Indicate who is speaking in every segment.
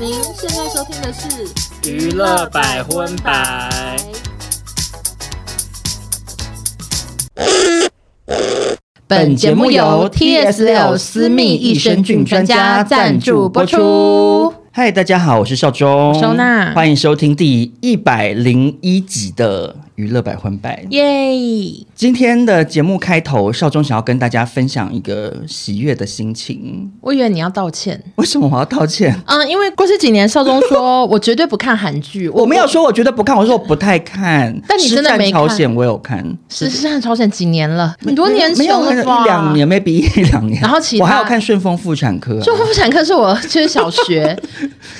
Speaker 1: 您现在收听的是《
Speaker 2: 娱乐百分百》。
Speaker 3: 本节目由 TS 六私密益生菌专家赞助播出。
Speaker 2: 嗨，大家好，我是少中，
Speaker 3: 收纳
Speaker 2: 欢迎收听第一百零一集的娱乐百分百。
Speaker 3: 耶！
Speaker 2: 今天的节目开头，少中想要跟大家分享一个喜悦的心情。
Speaker 3: 我以为你要道歉，
Speaker 2: 为什么我要道歉？
Speaker 3: 嗯，因为过去几年少宗 说，我绝对不看韩剧，
Speaker 2: 我没有说我觉得不看，我说我不太看。
Speaker 3: 但你真的
Speaker 2: 实战
Speaker 3: 没看
Speaker 2: 朝鲜我有看，
Speaker 3: 是是看朝鲜几年了，很多年前
Speaker 2: 没有
Speaker 3: 了吧？
Speaker 2: 一两。年，maybe 一两年。
Speaker 3: 然后其他
Speaker 2: 我还有看《顺风妇产科》啊，
Speaker 3: 就妇产科是我就是小 学，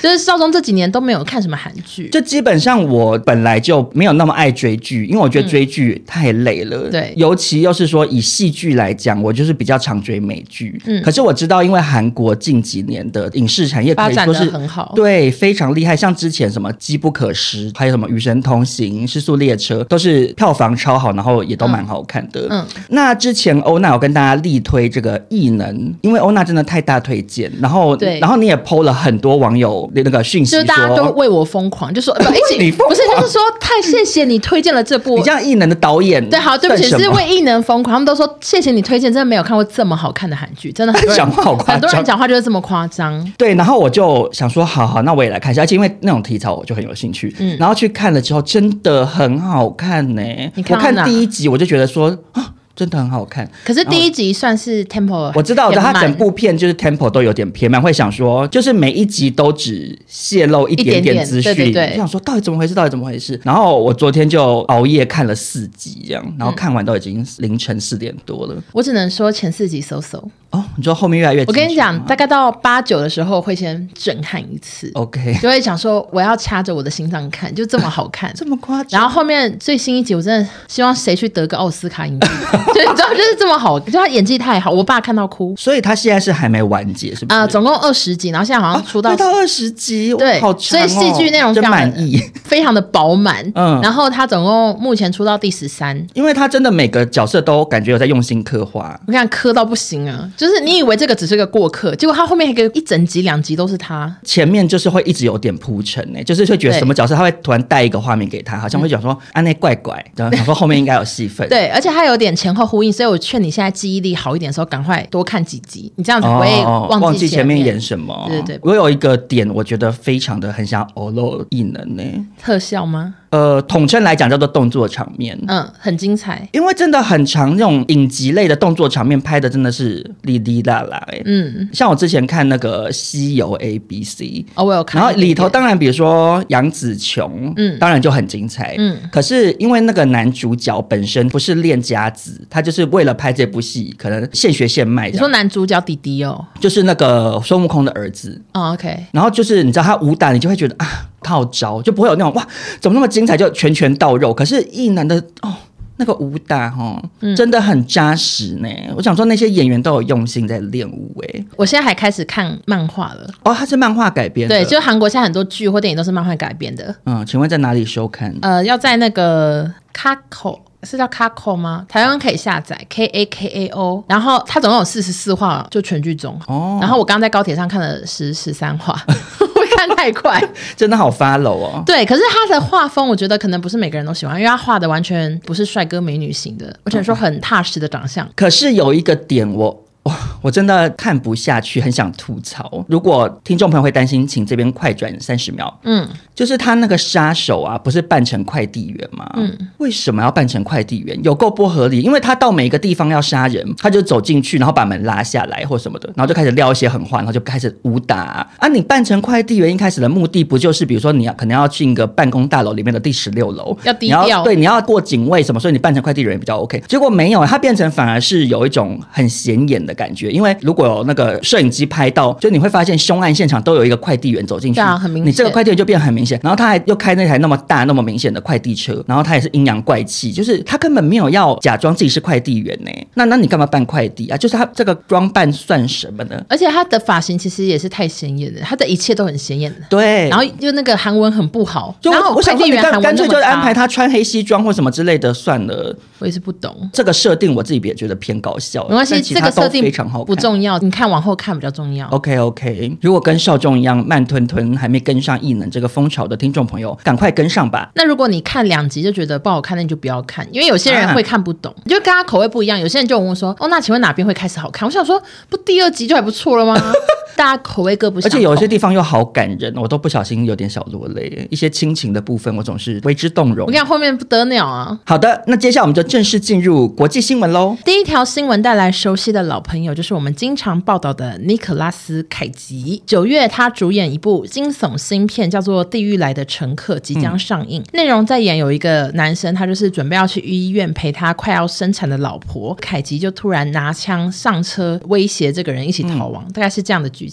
Speaker 3: 就是少宗这几年都没有看什么韩剧，
Speaker 2: 就基本上我本来就没有那么爱追剧，因为我觉得追剧太累了。
Speaker 3: 嗯对
Speaker 2: 尤其又是说以戏剧来讲，我就是比较常追美剧。
Speaker 3: 嗯
Speaker 2: 可是我知道，因为韩国近几年的影视产业
Speaker 3: 发
Speaker 2: 可以
Speaker 3: 展
Speaker 2: 说
Speaker 3: 的
Speaker 2: 是
Speaker 3: 很好。
Speaker 2: 对，非常厉害。像之前什么《机不可失》，还有什么《与神同行》《失速列车》，都是票房超好，然后也都蛮好看的。
Speaker 3: 嗯
Speaker 2: 那之前欧娜有跟大家力推这个异能，因为欧娜真的太大推荐，然后
Speaker 3: 对
Speaker 2: 然后你也 PO 了很多网友的那个讯息
Speaker 3: 就
Speaker 2: 说，
Speaker 3: 是大家都为我疯狂，就说 呃不一起
Speaker 2: 你疯狂
Speaker 3: 不是，就是说太谢谢你推荐了这部
Speaker 2: 你这样异能的导演算
Speaker 3: 对，
Speaker 2: 什么，
Speaker 3: 好，对不起，是为异能疯狂。他们都说谢谢你推荐，真的没有看过这么好看的韩剧，真的很多人
Speaker 2: 讲话好夸张
Speaker 3: 很多人讲话就是这么夸张。
Speaker 2: 对，然后我就想说，好好，那我也来看一下，而且因为那种题材我就很有兴趣，
Speaker 3: 嗯
Speaker 2: 然后去看了之后，真的很好看呢、
Speaker 3: 你看
Speaker 2: 我
Speaker 3: 到
Speaker 2: 看
Speaker 3: 哪
Speaker 2: 第一集我就觉得说啊，真的很好看。
Speaker 3: 可是第一集算是 tempo，
Speaker 2: 哦我知道的，
Speaker 3: 偏
Speaker 2: 它
Speaker 3: 慢
Speaker 2: 整部片就是 tempo 都有点偏慢，会想说，就是每一集都只泄露一点
Speaker 3: 一点点
Speaker 2: 资讯，
Speaker 3: 对对对
Speaker 2: 就想说到底怎么回事，到底怎么回事。然后我昨天就熬夜看了四集，这样，然后看完都已经凌晨四点多了。
Speaker 3: 我只能说前四集 so so。
Speaker 2: 哦，你说后面越来越，
Speaker 3: 我跟你讲，
Speaker 2: 啊
Speaker 3: 大概到八九的时候会先震撼一次，
Speaker 2: ，OK，
Speaker 3: 就会想说我要掐着我的心脏看，就这么好 看。
Speaker 2: 这么夸张
Speaker 3: 然。后后面最新一集，我真的希望谁去得个奥斯卡影帝， 对，你知道就是这么好，就他演技太好，我爸看到哭。
Speaker 2: 所以它现在是还没完结，是不是？
Speaker 3: 啊，总共二十集，然后现在好像出到
Speaker 2: 啊快到二十集，哇
Speaker 3: 对
Speaker 2: 好长、哦、
Speaker 3: 所以戏剧内容非
Speaker 2: 真
Speaker 3: 常
Speaker 2: 满意，
Speaker 3: 非常的饱满，
Speaker 2: 嗯
Speaker 3: 嗯，然后他总共目前出到第十三，
Speaker 2: 因为它真的每个角色都感觉有在用心刻画。
Speaker 3: 我跟你讲磕到不行啊！就是你以为这个只是个过客，结果他后面还有一个一整集两集都是他，
Speaker 2: 前面就是会一直有点铺陈呢，就是会觉得
Speaker 3: 对
Speaker 2: 什么角色他会突然带一个画面给他，好像会讲说、啊那怪怪，然后想说后面应该有戏份。
Speaker 3: 嗯对，而且他有点前后呼应，所以我劝你现在记忆力好一点的时候，赶快多看几集，你这样子不会
Speaker 2: 哦忘
Speaker 3: 记
Speaker 2: 前
Speaker 3: 面
Speaker 2: 演什么。
Speaker 3: 对对对
Speaker 2: 我有一个点，我觉得非常的很像偶露异能呢、
Speaker 3: 特效吗？
Speaker 2: 呃，统称来讲叫做动作场面。
Speaker 3: 嗯，很精彩，
Speaker 2: 因为真的很长，那种影集类的动作场面拍的真的是哩哩啦啦、欸，
Speaker 3: 嗯，
Speaker 2: 像我之前看那个《西游 A B C》，
Speaker 3: 哦，我有看一
Speaker 2: 然后
Speaker 3: 点点，
Speaker 2: 里头当然比如说杨紫琼，嗯，
Speaker 3: 嗯
Speaker 2: 当然就很精彩，嗯
Speaker 3: 嗯。
Speaker 2: 可是因为那个男主角本身不是练家子，他就是为了拍这部戏，可能现学现卖
Speaker 3: 你
Speaker 2: 这
Speaker 3: 说
Speaker 2: 样，
Speaker 3: 男主角弟弟哦，
Speaker 2: 就是那个孙悟空的儿子。
Speaker 3: 哦，OK，
Speaker 2: 然后就是你知道他武打，你就会觉得啊套招，就不会有那种哇怎么那么精彩，就拳拳到肉。可是一男的哦。那个武打哦，
Speaker 3: 嗯
Speaker 2: 真的很扎实呢。我想说，那些演员都有用心在练武诶。
Speaker 3: 我现在还开始看漫画了，
Speaker 2: 哦，它是漫画改编的，
Speaker 3: 对，就韩国现在很多剧或电影都是漫画改编的，
Speaker 2: 嗯，请问在哪里收看？
Speaker 3: 呃，要在那个 Kakao 是叫 Kakao 吗？台湾可以下载 K A K A O，然后它总共有四十四话，就全剧终。
Speaker 2: 哦
Speaker 3: 然后我刚刚在高铁上看了十十三话， 我看太快。
Speaker 2: 真的好 follow 哦。
Speaker 3: 对，可是它的画风，我觉得可能不是每个人都喜欢，因为它画的完全不是帅哥美女型的，我只能说很踏实的长相。
Speaker 2: 可是有一个点我。哇，我真的看不下去，很想吐槽。如果听众朋友会担心，请这边快转三十秒。
Speaker 3: 嗯，
Speaker 2: 就是他那个杀手啊，不是扮成快递员吗？嗯，为什么要扮成快递员？有够不合理。因为他到每个地方要杀人，他就走进去，然后把门拉下来或什么的，然后就开始撂一些狠话，然后就开始武打啊。啊你扮成快递员一开始的目的不就是，比如说你要可能要进一个办公大楼里面的第十六楼，
Speaker 3: 要低
Speaker 2: 你要
Speaker 3: 调
Speaker 2: 对，你要过警卫什么，所以你扮成快递人也比较 OK。结果没有，啊他变成反而是有一种很显眼的感觉，因为如果有那个摄影机拍到，就你会发现凶案现场都有一个快递员走进去，
Speaker 3: 对啊很明显
Speaker 2: 你这个快递员就变得很明显，然后他还又开那台那么大、那么明显的快递车，然后他也是阴阳怪气，就是他根本没有要假装自己是快递员呢、那那你干嘛办快递啊？就是他这个装扮算什么呢？
Speaker 3: 而且他的发型其实也是太显眼了，他的一切都很显眼的。
Speaker 2: 对，
Speaker 3: 然后就那个韩文很不好，
Speaker 2: 就
Speaker 3: 然后
Speaker 2: 我我想
Speaker 3: 快
Speaker 2: 说，
Speaker 3: 递
Speaker 2: 你
Speaker 3: 员
Speaker 2: 干
Speaker 3: 韩文
Speaker 2: 干脆
Speaker 3: 那
Speaker 2: 就
Speaker 3: 么
Speaker 2: 安排
Speaker 3: 差，
Speaker 2: 他穿黑西装或什么之类的算了。
Speaker 3: 我也是不懂。
Speaker 2: 这个设定我自己也觉得偏搞笑，
Speaker 3: 没关系
Speaker 2: 但其他
Speaker 3: 这个设定
Speaker 2: 都非常好后
Speaker 3: 不
Speaker 2: 看。哦
Speaker 3: 重要，你看往后看比较重要。
Speaker 2: OK OK，如果跟少众一样慢吞吞，还没跟上异能这个风潮的听众朋友，赶快跟上吧。
Speaker 3: 那如果你看两集就觉得不好看，那你就不要看，因为有些
Speaker 2: 啊
Speaker 3: 人会看不懂，你就跟他口味不一样。有些人就问我说：“哦，那请问哪边会开始好看？”我想说，不第二集就还不错了吗？ 大家口味各不
Speaker 2: 而
Speaker 3: 相同。
Speaker 2: 且有些地方又好感人，我都不小心有点小落泪。一些亲情的部分，我总是为之动
Speaker 3: 我
Speaker 2: 容
Speaker 3: 跟你。讲，后面不得了啊！
Speaker 2: 好的，那接下来我们就正式进入国际新闻喽。
Speaker 3: 第一条新闻带来熟悉的老朋友，就是我们经常报道的尼可拉斯凯奇。九月，他主演一部惊悚新片，叫做《地狱来的乘客》，即将上映。内容在演有一个男生，他就是准备要去医院陪他快要生产的老婆，凯奇就突然拿枪上车，威胁这个人一起逃亡，大概是这样的剧情。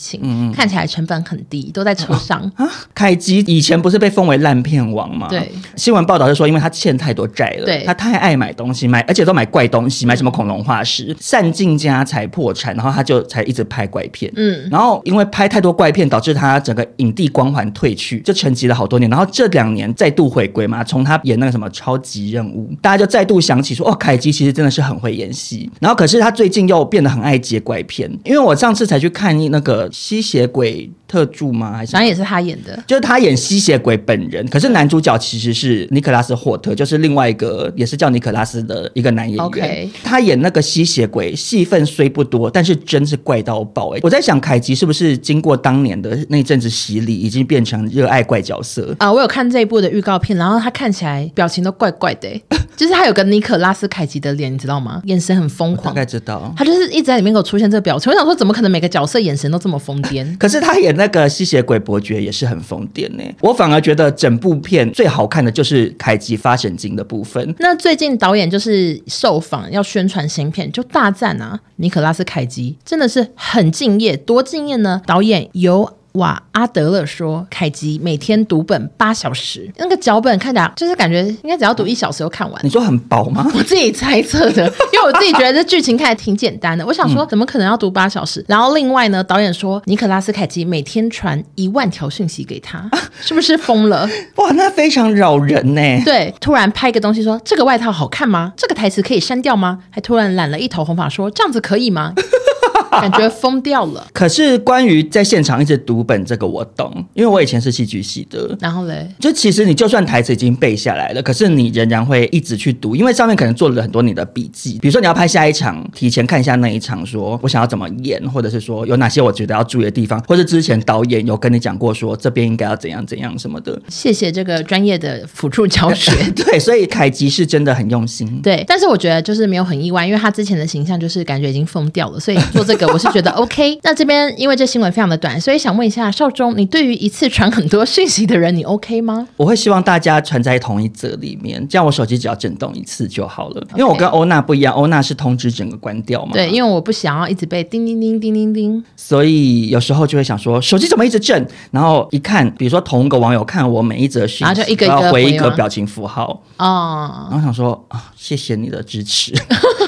Speaker 3: 看起来成本很低，都在车上。
Speaker 2: 啊凯基以前不是被封为烂片王吗？
Speaker 3: 对，
Speaker 2: 新闻报道就说，因为他欠太多债了，
Speaker 3: 对
Speaker 2: 他太爱买东西，买而且都买怪东西，买什么恐龙化石，散尽家财破产，然后他就才一直拍怪片。
Speaker 3: 嗯，
Speaker 2: 然后因为拍太多怪片，导致他整个影帝光环退去，就沉寂了好多年。然后这两年再度回归嘛，从他演那个什么超级任务，大家就再度想起说，哦，凯基其实真的是很会演戏。然后可是他最近又变得很爱接怪片，因为我上次才去看那个吸血鬼特助吗？还是
Speaker 3: 然后也是他演的。
Speaker 2: 就是他演吸血鬼本人，可是男主角其实是尼可拉斯霍特，就是另外一个也是叫尼可拉斯的一个男演员。
Speaker 3: OK
Speaker 2: 他演那个吸血鬼，戏份虽不多，但是真是怪到爆哎、我在想，凯吉是不是经过当年的那阵子洗礼，已经变成热爱怪角色？
Speaker 3: 啊、我有看这一部的预告片，然后他看起来表情都怪怪的欸、 就是他有个尼可拉斯凯奇的脸，你知道吗？眼神很疯
Speaker 2: 大
Speaker 3: 狂，
Speaker 2: 概知道。？
Speaker 3: 他就是一直在里面给我出现这个表情。我想说，怎么可能每个角色眼神都这么疯癫
Speaker 2: 可是他演那个吸血鬼伯爵也是很疯癫呢，我反而觉得整部片最好看的就是凯吉发神经的部分。
Speaker 3: 那最近导演就是受访要宣传新片，就大赞啊，尼可拉斯凯奇真的是很敬业，多敬业呢？导演尤瓦阿德勒说，凯奇每天读本八小时，那个脚本看起来就是感觉应该只要读一小时就看完
Speaker 2: 你。说很饱吗？
Speaker 3: 我自己猜测的， 嗯因为我自己觉得这剧情看起来挺简单的。我想说，怎么可能要读八小时？然后另外呢，导演说尼可拉斯凯奇每天传一万条讯息给 他，是不是疯 了？
Speaker 2: 哇，那非常扰人呢。欸
Speaker 3: 对，突然拍一个东西说这个外套好看吗？这个台词可以删掉吗？还突然染了一头红发说这样子可以 吗？感觉疯掉了。
Speaker 2: 可是关于在现场一直读本这个我懂，因为我以前是戏剧系的。
Speaker 3: 然后嘞，
Speaker 2: 就其实你就算台词已经背下来了，可是你仍然会一直去读，因为上面可能做了很多你的笔记。比如说你要拍下一场，提前看一下那一场说，我想要怎么演，或者是说有哪些我觉得要注意的地方，或者之前导演有跟你讲过说这边应该要怎样怎样什么的。
Speaker 3: 谢谢这个专业的辅助教学。
Speaker 2: 对，所以凯吉是真的很用心。
Speaker 3: 对，但是我觉得就是没有很意外，因为他之前的形象就是感觉已经疯掉了，所以做这个我是觉得 OK。那这边因为这新闻非常的短，所以想问一下少中，你对于一次传很多讯息的人，你 OK 吗？
Speaker 2: 我会希望大家传在同一则里面，这样我手机只要震动一次就好了。因为我
Speaker 3: OK
Speaker 2: 跟欧娜不一样，欧娜是通知整个关掉嘛。
Speaker 3: 对，因为我不想要一直被叮叮叮叮叮叮。
Speaker 2: 所以有时候就会想说，手机怎么一直震？然后一看，比如说同一个网友看我每一则讯息，
Speaker 3: 然啊后就一个一个
Speaker 2: 都要回一
Speaker 3: 回
Speaker 2: 个
Speaker 3: 吗
Speaker 2: 表情符号，
Speaker 3: 哦、
Speaker 2: 然后想说啊，谢谢你的 支持。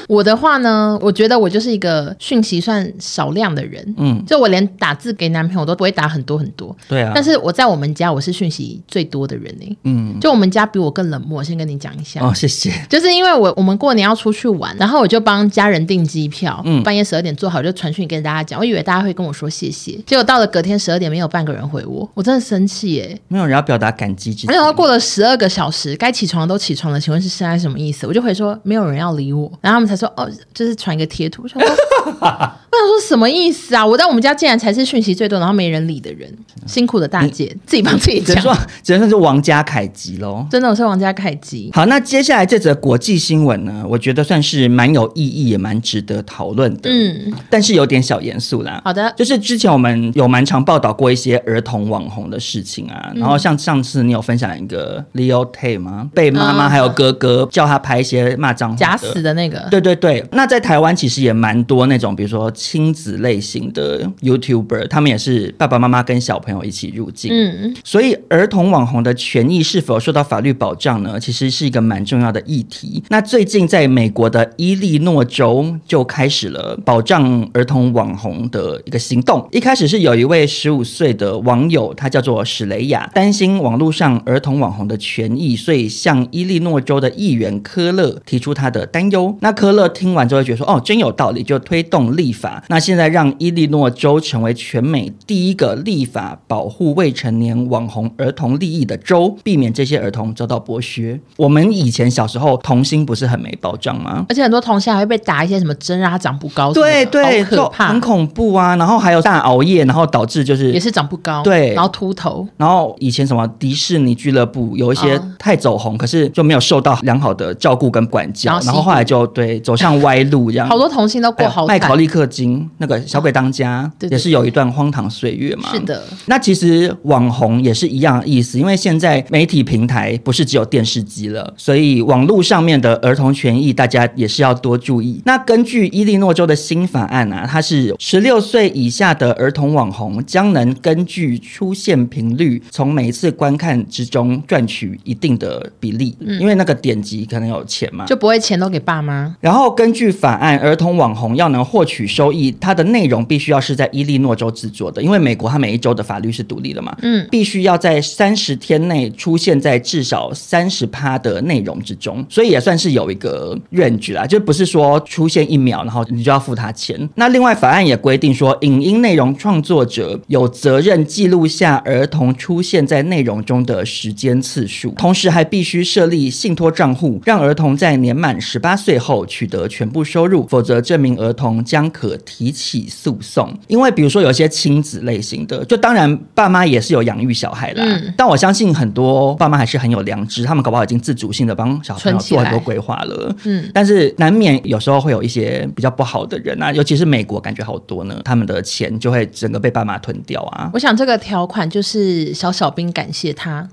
Speaker 3: 我的话呢，我觉得我就是一个讯息算少量的人，嗯，就我连打字给男朋友我都不会打很多很多，
Speaker 2: 对啊，
Speaker 3: 但是我在我们家我是讯息最多的人呢、嗯，啊就我们家比我更冷漠，先跟你讲一下，
Speaker 2: 哦，谢谢。
Speaker 3: 就是因为我我们过年要出去玩，然后我就帮家人订机票，半夜十二点做好就传讯跟大家讲，我以为大家会跟我说谢谢，结果到了隔天十二点没有半个人回我，我真的生气耶、
Speaker 2: 没有人要表达感激之
Speaker 3: 没
Speaker 2: 情
Speaker 3: 想。到过了十二个小时，该起床的都起床了，请问是现在什么意思？我就回说没有人要理我，然后他们才说哦，就是传一个贴图。我想说，我想说什么意思啊？我在我们家竟然才是讯息最多，然后没人理的人，辛苦的大姐自己帮自己
Speaker 2: 只
Speaker 3: 讲
Speaker 2: 能。说， 只能说是王家凯吉喽。
Speaker 3: 真的，我是王家凯基。
Speaker 2: 好，那接下来这则国际新闻呢，我觉得算是蛮有意义，也蛮值得讨论的。
Speaker 3: 嗯，
Speaker 2: 但是有点小严肃啦。
Speaker 3: 好的
Speaker 2: 就是之前我们有蛮常报道过一些儿童网红的事情啊，
Speaker 3: 嗯
Speaker 2: 然后像上次你有分享一个 Leo Tay 吗？被妈妈
Speaker 3: 嗯
Speaker 2: 还有哥哥叫他拍一些骂脏话的
Speaker 3: 假死。的那个，
Speaker 2: 对对对，那在台湾其实也蛮多那种，比如说亲子类型的 YouTuber，他们也是爸爸妈妈跟小朋友一起入境。
Speaker 3: 嗯，
Speaker 2: 所以，儿童网红的权益是否受到法律保障呢？其实是一个蛮重要的议题。那最近在美国的伊利诺州就开始了保障儿童网红的一个行动。一开始是有一位十五岁的网友，他叫做史雷亚，担心网络上儿童网红的权益，所以向伊利诺州的议员科勒提出他的担忧。那科勒。勒听完之后觉得说，哦，真有道理，就推动立法。那现在让伊利诺州成为全美第一个立法保护未成年网红儿童利益的州，避免这些儿童遭到剥削。我们以前小时候童星不是很没保障吗？
Speaker 3: 而且很多同性还会被打一些什么针，让他长不高什么的，
Speaker 2: 对对，
Speaker 3: 好可
Speaker 2: 就
Speaker 3: 怕，
Speaker 2: 很恐怖啊！然后还有大熬夜，然后导致就是
Speaker 3: 也是长不高，
Speaker 2: 对
Speaker 3: 然后秃头，
Speaker 2: 然后以前什么迪士尼俱乐部有一些
Speaker 3: 哦
Speaker 2: 太走红，可是就没有受到良好的照顾跟管教，
Speaker 3: 然后
Speaker 2: 然
Speaker 3: 吸
Speaker 2: 后后来就对走向歪路这样。
Speaker 3: 好多同性都过好
Speaker 2: 麦
Speaker 3: 惨
Speaker 2: 哎考，利克金那个小鬼当家、
Speaker 3: 对对
Speaker 2: 也是有一段荒唐岁月嘛。
Speaker 3: 是。的，
Speaker 2: 那其实网红也是一样的意思，因为现在媒体平台不是只有电视机了，所以网络上面的儿童权益大家也是要多注意。那根据伊利诺州的新法案啊，它是十六岁以下的儿童网红将能根据出现频率，从每一次观看之中赚取一定的比例，因为那个点击可能有钱嘛，
Speaker 3: 就不会钱都给爸妈，
Speaker 2: 然后根据法案，儿童网红要能获取收益，它的内容必须要是在伊利诺州制作的，因为美国它每一州的法律是独立的嘛。
Speaker 3: 嗯，
Speaker 2: 必须要在三十天内出现在至少三十趴的内容之中，所以也算是有一个 range 啦，就不是说出现一秒，然后你就要付他钱。那另外法案也规定说，影音内容创作者有责任记录下儿童出现在内容中的时间次数，同时还必须设立信托账户，让儿童在年满十八岁后取得全部收入，否则证明儿童将可提起诉讼。因为比如说有些亲子类型的，就当然爸妈也是有养育小孩啦，
Speaker 3: 嗯
Speaker 2: 但我相信很多爸妈还是很有良知，他们搞不好已经自主性的帮小朋
Speaker 3: 存
Speaker 2: 友
Speaker 3: 起
Speaker 2: 做
Speaker 3: 来
Speaker 2: 很多规划了。
Speaker 3: 嗯，
Speaker 2: 但是难免有时候会有一些比较不好的人啊，尤其是美国，感觉好多呢，他们的钱就会整个被爸妈吞掉啊。
Speaker 3: 我想这个条款就是小小兵感谢 他，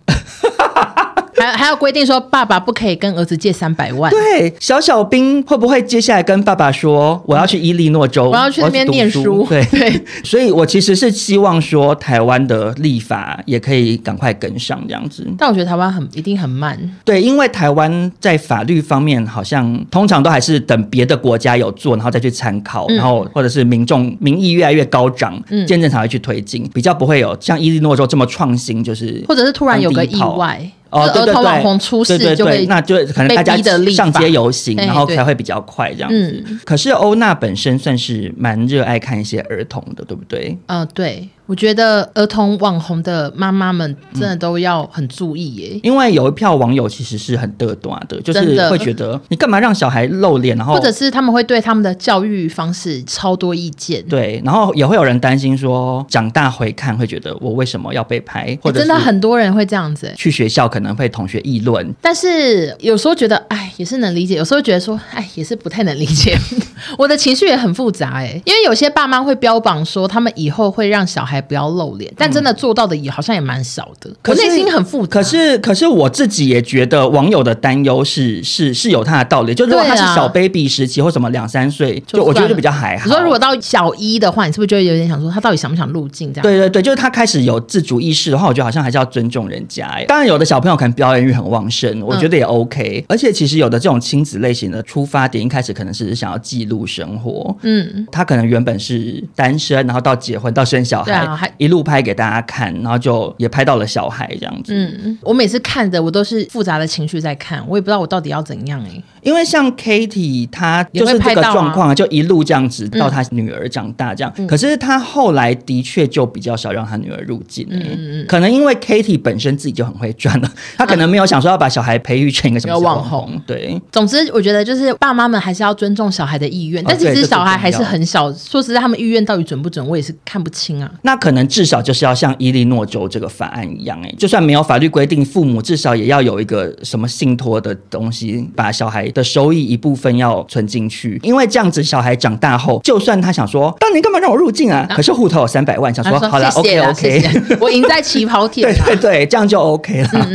Speaker 3: 还还要规定说爸爸不可以跟儿子借三百 万，
Speaker 2: 对，小小兵会不会接下来跟爸爸说，我要去伊利诺州，
Speaker 3: 我要去那边
Speaker 2: 读
Speaker 3: 念
Speaker 2: 书
Speaker 3: 书？
Speaker 2: 对， 所以我其实是希望说，台湾的立法也可以赶快跟上这样子。
Speaker 3: 但我觉得台湾很一定很慢，
Speaker 2: 对，因为台湾在法律方面好像通常都还是等别的国家有做，然后再去参考，
Speaker 3: 嗯
Speaker 2: 然后或者是民众民意越来越高涨，
Speaker 3: 嗯
Speaker 2: 见证才会去推进，比较不会有像伊利诺州这么创新，就是
Speaker 3: 或者是突然有个
Speaker 2: 当第一
Speaker 3: 意
Speaker 2: 炮
Speaker 3: 外，
Speaker 2: 哦，
Speaker 3: 就是
Speaker 2: 对对
Speaker 3: 儿童
Speaker 2: 对，
Speaker 3: 网红出
Speaker 2: 对对
Speaker 3: 事就
Speaker 2: 对
Speaker 3: 会
Speaker 2: 那就可能
Speaker 3: 被
Speaker 2: 大家
Speaker 3: 逼的立
Speaker 2: 上
Speaker 3: 法
Speaker 2: 街游行，
Speaker 3: 哎
Speaker 2: 然后
Speaker 3: 对
Speaker 2: 才会比较快这样子。
Speaker 3: 嗯
Speaker 2: 可是欧娜本身算是蛮热爱看一些儿童的，对不对？
Speaker 3: 嗯、对，我觉得儿童网红的妈妈们真的都要很注意耶，
Speaker 2: 因为有一票网友其实是很嘚短的，就
Speaker 3: 真
Speaker 2: 是
Speaker 3: 的
Speaker 2: 会觉得你干嘛让小孩露脸，然后
Speaker 3: 或者是他们会对他们的教育方式超多意见，
Speaker 2: 对，然后也会有人担心说，长大回看会觉得我为什么要被拍，或
Speaker 3: 欸
Speaker 2: 者
Speaker 3: 真的
Speaker 2: 是
Speaker 3: 很多人会这样子耶。
Speaker 2: 去学校可能会同学议论，
Speaker 3: 但是有时候觉得，哎，也是能理解；有时候觉得说，哎，也是不太能理解。 我的情绪也很复杂哎、因为有些爸妈会标榜说他们以后会让小孩不要露脸，但真的做到的也好像也蛮少的。
Speaker 2: 嗯可
Speaker 3: 我
Speaker 2: 是
Speaker 3: 内心很复杂，
Speaker 2: 可是，可是我自己也觉得网友的担忧是是是有他的道理。就如果
Speaker 3: 对
Speaker 2: 他
Speaker 3: 啊
Speaker 2: 是小 baby 时期或什么两三岁，
Speaker 3: 就
Speaker 2: 就我觉
Speaker 3: 算
Speaker 2: 得就
Speaker 3: 了
Speaker 2: 比较还好。
Speaker 3: 你说如果到小一的话，你是不是就会有点想说他到底想不想入境这样？
Speaker 2: 对对对，就是他开始有自主意识的话，我觉得好像还是要尊重人家欸。当然，有的小朋友可能表演欲很旺
Speaker 3: 嗯
Speaker 2: 盛，我觉得也 OK、而且，其实有的这种亲子类型的出发点，一开始可能是想要记录生活。
Speaker 3: 嗯，
Speaker 2: 他可能原本是单身，然后到结婚，到生小孩，
Speaker 3: 对啊还
Speaker 2: 一路拍给大家看，然后就也拍到了小孩这样子。
Speaker 3: 嗯，我每次看的我都是复杂的情绪在看，我也不知道我到底要怎样哎、
Speaker 2: 因为像 Katy，她就
Speaker 3: 也
Speaker 2: 是
Speaker 3: 会
Speaker 2: 这
Speaker 3: 拍
Speaker 2: 个
Speaker 3: 到啊嗯
Speaker 2: 状况啊，就一路这样子到她女儿长大这样。可是她后来的确就比较少让她女儿入境、
Speaker 3: 嗯
Speaker 2: 欸，可能因为 Katy 本身自己就很会赚了，她可能没有想说要把小孩培育成一个什么
Speaker 3: 一个
Speaker 2: 网
Speaker 3: 网红
Speaker 2: 对。
Speaker 3: 总之，我觉得就是爸妈们还是要尊重小孩的意愿，
Speaker 2: 哦
Speaker 3: 但其
Speaker 2: 对这
Speaker 3: 实
Speaker 2: 最
Speaker 3: 小孩
Speaker 2: 重
Speaker 3: 还是
Speaker 2: 要
Speaker 3: 很小。说实在，他们意愿到底准不准，我也是看不清啊。
Speaker 2: 那可能至少就是要像伊利诺州这个法案一样、欸，就算没有法律规定，父母至少也要有一个什么信托的东西，把小孩的收益一部分要存进去，因为这样子小孩长大后，就算他想说，当年干嘛让我入境啊？可是户头有三百万，想
Speaker 3: 他
Speaker 2: 说好啦
Speaker 3: 啊谢谢
Speaker 2: OK
Speaker 3: 啦嗯
Speaker 2: OK，
Speaker 3: 谢谢我赢在起跑点
Speaker 2: 对
Speaker 3: 啦。
Speaker 2: 对对，这样就 OK 了。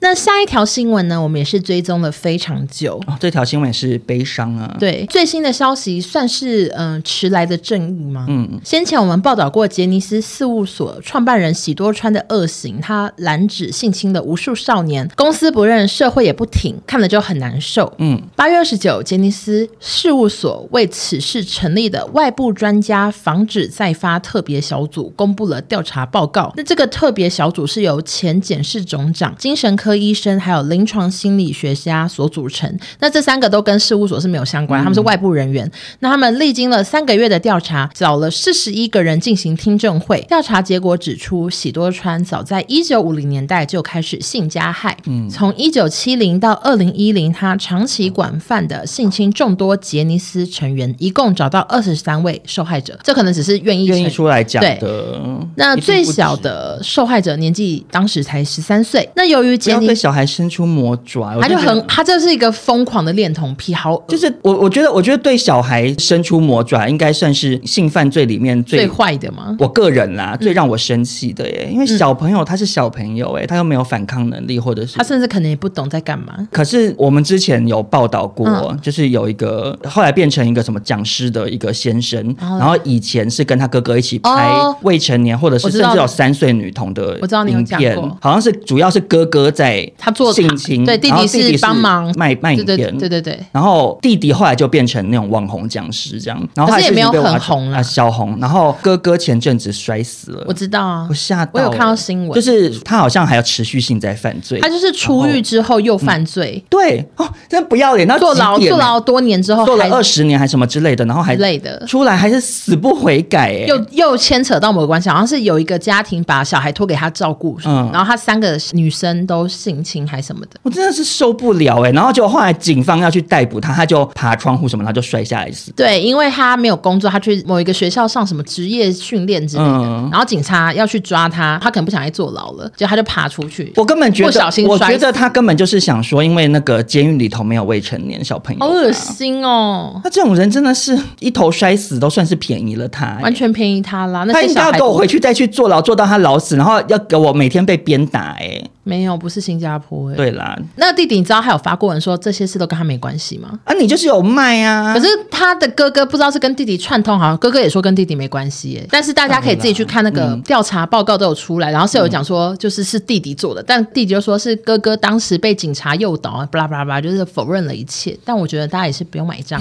Speaker 3: 那下一条新闻呢，我们也是追踪了非常久。
Speaker 2: 哦、这条新闻也是悲伤啊，
Speaker 3: 对最新的消息，算是嗯、呃迟来的正义吗？嗯，先前我们报道过杰尼斯事务所创办人喜多川的恶行，他染指性侵了无数少年，公司不认，社会也不挺，看了就很难受。嗯，八月二十九，杰尼斯事务所为此事成立的外部专家防止再发特别小组公布了调查报告。那这个特别小组是由前检视总长、精神科医生还有临床心理学家所组成。那这三个都跟事务所是没有相关，他们是外部人员。那他们历经了三个月的调查，找了四十一个人进行听证会。调查结果指出，喜多川早在一九五零年代就开始性加害。
Speaker 2: 嗯
Speaker 3: 从一九七零到二零一零，他长期广泛的性侵众多杰尼斯成员，一共找到二十三位受害者。这可能只是愿意
Speaker 2: 愿意
Speaker 3: 承
Speaker 2: 出来讲
Speaker 3: 对
Speaker 2: 的。
Speaker 3: 那
Speaker 2: 一定
Speaker 3: 最
Speaker 2: 不止
Speaker 3: 小的受害者年纪当时才十三岁。那由于
Speaker 2: 不
Speaker 3: 杰
Speaker 2: 要
Speaker 3: 尼
Speaker 2: 对，小孩伸出魔爪，我
Speaker 3: 他就
Speaker 2: 觉得
Speaker 3: 很，他就是一个疯狂的恋童癖，好恶
Speaker 2: 就是我，我觉得，我觉得对小孩伸出魔爪，应该算是性犯罪里面最
Speaker 3: 最坏嗯的嘛。
Speaker 2: 我个人啦，最让我生气的耶，因为
Speaker 3: 嗯
Speaker 2: 小朋友他是小朋友哎，他又没有反抗能力，或者是
Speaker 3: 他。甚至可能也不懂在干嘛。
Speaker 2: 可是我们之前有报道过，
Speaker 3: 嗯
Speaker 2: 就是有一个后来变成一个什么讲师的一个先生，
Speaker 3: 哦
Speaker 2: 然后以前是跟他哥哥一起拍
Speaker 3: 哦
Speaker 2: 未成年、或者是
Speaker 3: 我知道
Speaker 2: 甚至有三岁女童的
Speaker 3: 我知道你有
Speaker 2: 影
Speaker 3: 讲
Speaker 2: 片
Speaker 3: 过，
Speaker 2: 好像是主要是哥哥在
Speaker 3: 他做
Speaker 2: 性侵，
Speaker 3: 对弟
Speaker 2: 然后
Speaker 3: 弟是帮忙
Speaker 2: 卖卖
Speaker 3: 对
Speaker 2: 影
Speaker 3: 对
Speaker 2: 片，
Speaker 3: 对对对，
Speaker 2: 然后弟弟后来就变成那种网红讲师这样，然后后来
Speaker 3: 可是也没有
Speaker 2: 事情被挖
Speaker 3: 很
Speaker 2: 出
Speaker 3: 红啦
Speaker 2: 啊，小红。然后哥哥前阵子摔死了，
Speaker 3: 我知道啊
Speaker 2: 我，吓到、
Speaker 3: 我有看到
Speaker 2: 欸
Speaker 3: 新闻
Speaker 2: 就是他好像还有持续性在犯罪
Speaker 3: 他。就是出狱之后
Speaker 2: 嗯
Speaker 3: 又犯罪，
Speaker 2: 对哦，真不要脸，那
Speaker 3: 坐牢坐牢多年之后
Speaker 2: 欸坐了
Speaker 3: 还
Speaker 2: 二十年还什么之类的，然后还
Speaker 3: 之类的。
Speaker 2: 出来还是死不悔改哎、
Speaker 3: 又又牵扯到某个关系，好像是有一个家庭把小孩托给他照顾，
Speaker 2: 嗯
Speaker 3: 然后他三个女生都性侵还什么的，
Speaker 2: 我真的是受不了哎、然后结果后来警方要去逮捕他，他就爬窗户什么，然后就摔下来死。
Speaker 3: 对，因为他没有工作，他去某一个学校上什么职业训练之类的，
Speaker 2: 嗯
Speaker 3: 然后警察要去抓他，他可能不想再坐牢了，就他就爬出去。
Speaker 2: 我根本觉
Speaker 3: 不小心
Speaker 2: 得，我
Speaker 3: 摔
Speaker 2: 觉得他根本就是想说，因为那个监狱里头没有未成年小朋友、
Speaker 3: 好
Speaker 2: 啊
Speaker 3: 恶心 哦，
Speaker 2: 他这种人真的是一头摔死都算是便宜了他、欸
Speaker 3: 完全便宜他啦。那
Speaker 2: 他
Speaker 3: 些
Speaker 2: 应该
Speaker 3: 小
Speaker 2: 要
Speaker 3: 孩
Speaker 2: 给我
Speaker 3: 多
Speaker 2: 回去再去坐牢，坐到他老死，然后要给我每天被鞭打、欸。
Speaker 3: 没有，不是新加坡、欸。，
Speaker 2: 对啦，
Speaker 3: 那弟弟你知道他有发过文说这些事都跟他没关系吗？
Speaker 2: 啊，你就是有卖啊。
Speaker 3: 可是他的哥哥不知道是跟弟弟串通，好像哥哥也说跟弟弟没关系耶。但是大家可以自己去看那
Speaker 2: 嗯
Speaker 3: 个调查报告都有出来，然后是有讲说就是是弟弟做的，但弟弟就说是哥哥当时被警察诱导啊，巴拉巴拉巴拉，就是否认了一切。但我觉得大家也是不用买账。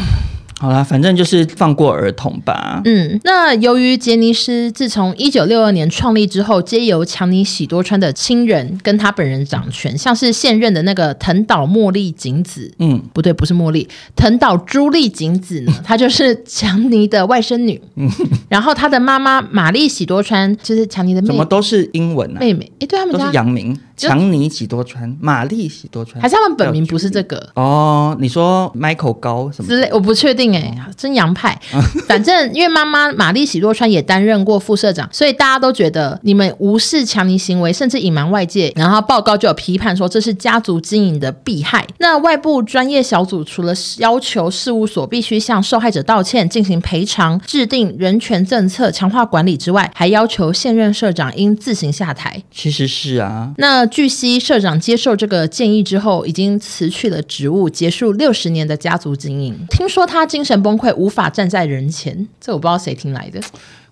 Speaker 2: 好啦，反正就是放过儿童吧。
Speaker 3: 嗯，那由于杰尼斯自从一九六二年创立之后，皆由强尼喜多川的亲人跟他本人掌权，像是现任的那个藤岛茉莉景子，
Speaker 2: 嗯
Speaker 3: 不对，不是茉莉，藤岛朱莉景子 呢，她就是强尼的外甥女。
Speaker 2: 嗯
Speaker 3: 然后她的妈妈玛丽喜多川就是强尼的妹
Speaker 2: 怎么都是英文啊？
Speaker 3: 妹妹，诶，对他们
Speaker 2: 都是
Speaker 3: 家
Speaker 2: 洋名，强尼喜多川、玛丽喜多川，
Speaker 3: 还是他们本名不是这个。
Speaker 2: 哦？你说 Michael 高什么哦
Speaker 3: 之类，我不确定哎、真洋 派。反正因为妈妈玛丽喜多川也担任过副社长，所以大家都觉得你们无视强尼行为，甚至隐瞒外界，然后报告就有批判说这是家族经营的弊害。那外部专业小组除了要求事务所必须向受害者道歉、进行赔偿、制定人权政策、强化管理之外，还要求现任社长应自行下台。
Speaker 2: 其实是啊，
Speaker 3: 那据悉，社长接受这个建议之后，已经辞去了职务，结束六十年的家族经营。听说他精神崩溃，无法站在人前，这我不知道谁听来的。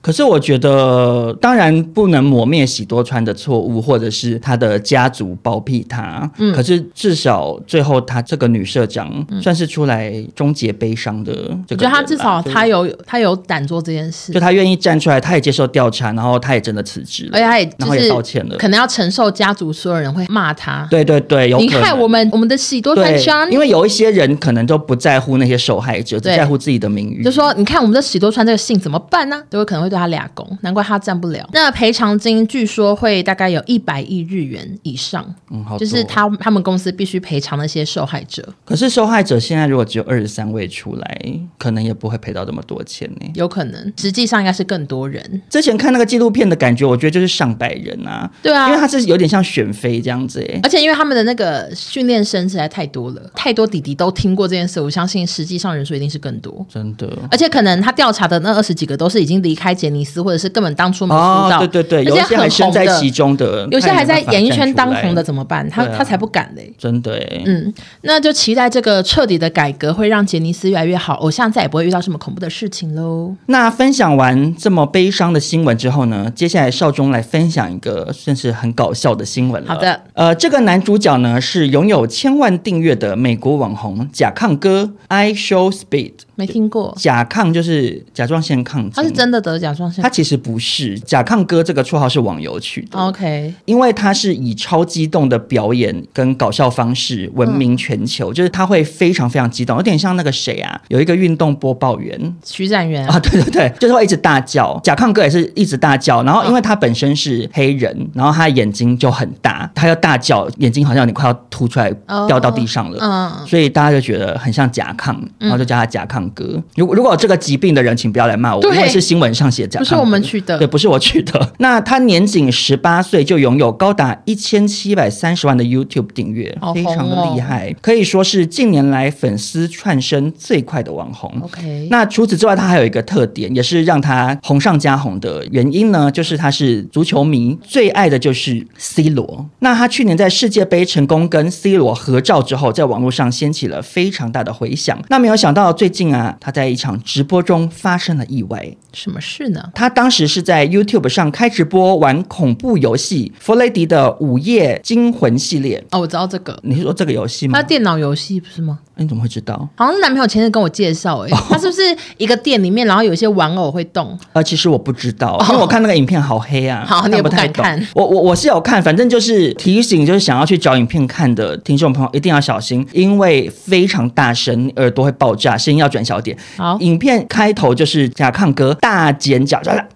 Speaker 2: 可是我觉得，当然不能抹灭喜多川的错误，或者是他的家族包庇他。嗯，可是至少最后，他这个女社长算是出来终结悲伤的这
Speaker 3: 嗯我
Speaker 2: 个人啦。
Speaker 3: 觉得他至少
Speaker 2: 就是
Speaker 3: 他有他有胆做这件事
Speaker 2: 就，他愿意站出来，他也接受调查，然后他也真的辞职了，
Speaker 3: 而且他也
Speaker 2: 然
Speaker 3: 就
Speaker 2: 后也
Speaker 3: 是
Speaker 2: 道歉了。
Speaker 3: 可能要承受家族所有人会骂他。
Speaker 2: 对对对，有
Speaker 3: 你
Speaker 2: 可
Speaker 3: 看
Speaker 2: 能
Speaker 3: 我们我们的喜多川
Speaker 2: 对，
Speaker 3: 香，
Speaker 2: 因为有一些人可能都不在乎那些受害者，只
Speaker 3: 对
Speaker 2: 在乎自己的名誉。
Speaker 3: 就说你看我们的喜多川这个姓怎么办呢？都有可能会对他俩攻，难怪他站不了。那赔偿金据说会大概有一百亿日元以上，
Speaker 2: 嗯，好多，
Speaker 3: 就是他他们公司必须赔偿那些受害者。
Speaker 2: 可是受害者现在如果只有二十三位出来，可能也不会赔到这么多钱呢、
Speaker 3: 有可能，实际上应该是更多人。
Speaker 2: 之前看那个纪录片的感觉，我觉得就是上百人啊，
Speaker 3: 对啊
Speaker 2: 因为他是有点像选妃这样子、欸，
Speaker 3: 而且因为他们的那个训练生实在太多了，太多弟弟都听过这件事，我相信实际上人数一定是更多。
Speaker 2: 真的。
Speaker 3: 而且可能他调查的那二十几个都是已经离开杰尼斯，或者是根本当初没出
Speaker 2: 哦，
Speaker 3: 道，
Speaker 2: 对对对，有
Speaker 3: 那
Speaker 2: 一
Speaker 3: 些
Speaker 2: 些
Speaker 3: 很
Speaker 2: 还身
Speaker 3: 红
Speaker 2: 在
Speaker 3: 的
Speaker 2: 其，中的，
Speaker 3: 有些
Speaker 2: 看
Speaker 3: 还在
Speaker 2: 没办法
Speaker 3: 演艺
Speaker 2: 站
Speaker 3: 圈
Speaker 2: 出
Speaker 3: 当
Speaker 2: 来
Speaker 3: 红的，怎么办？他、
Speaker 2: 对啊
Speaker 3: 他才不敢嘞。
Speaker 2: 真的哎，
Speaker 3: 嗯，那就期待这个彻底的改革会让杰尼斯越来越好，偶像再也不会遇到这么恐怖的事情喽。
Speaker 2: 那分享完这么悲伤的新闻之后呢，接下来少中来分享一个算是很搞笑的新闻了。
Speaker 3: 好的，
Speaker 2: 呃，这个男主角呢是拥有千万订阅的美国网红甲亢哥 I Show Speed。
Speaker 3: 没听过，
Speaker 2: 甲亢就是甲状腺亢进，
Speaker 3: 哦他是真的得甲状腺
Speaker 2: 他其实不是甲亢哥这个绰号是网友取的。
Speaker 3: 哦？OK，
Speaker 2: 因为他是以超激动的表演跟搞笑方式闻名全
Speaker 3: 嗯
Speaker 2: 球，就是他会非常非常激动，有点像那个谁啊，有一个运动播报员，
Speaker 3: 徐展元
Speaker 2: 啊，对对对，就是会一直大叫。甲亢哥也是一直大叫，然
Speaker 3: 嗯
Speaker 2: 后因为他本身是黑人，然后他眼睛就很大，他要大叫，眼睛好像有点快要凸出来，
Speaker 3: 哦
Speaker 2: 掉到地上了。
Speaker 3: 嗯，
Speaker 2: 所以大家就觉得很像甲亢，然后就叫他甲亢哥。如果如果有这个疾病的人，请不要来骂我，
Speaker 3: 对
Speaker 2: 因为是新闻上写甲亢哥，
Speaker 3: 不是我们取的
Speaker 2: 对，不是我取的。 那他年仅十八岁就拥有高达一千七百三十万的 YouTube 订阅，
Speaker 3: 好
Speaker 2: 非
Speaker 3: 红
Speaker 2: 常的
Speaker 3: 哦
Speaker 2: 厉害，可以说是近年来粉丝窜升最快的网红。
Speaker 3: ，OK，
Speaker 2: 那除此之外，他还有一个特点，也是让他红上加红的原因呢，就是他是足球迷，最爱的就是 C 罗。那他去年在世界杯成功跟 C 罗合照之后，在网络上掀起了非常大的回响。那没有想到，最近啊，他在一场直播中发生了意外。
Speaker 3: 什么事呢？
Speaker 2: 他当时是在 YouTube 上开直播玩恐怖游戏《弗雷迪的午夜惊魂》系列。
Speaker 3: 哦，我知道这个，
Speaker 2: 你是说这个游戏吗哎
Speaker 3: 他？电脑游戏不是吗？
Speaker 2: 你怎么会知道？
Speaker 3: 好像是男朋友前阵跟我介绍、
Speaker 2: 哦
Speaker 3: 欸，他是不是一个店里面，然后有一些玩偶会动？
Speaker 2: 呃，其实我不知道，因为我看那个影片好黑啊，
Speaker 3: 哦 好你也
Speaker 2: 看不太
Speaker 3: 不
Speaker 2: 懂
Speaker 3: 敢看。
Speaker 2: 我我我是有看，反正就是提醒，就是想要去找影片看的听众朋友一定要小心，因为非常大声，耳朵会爆炸，声音要转小点。
Speaker 3: 好，
Speaker 2: 影片开头就是甲亢哥大尖叫，就是啊。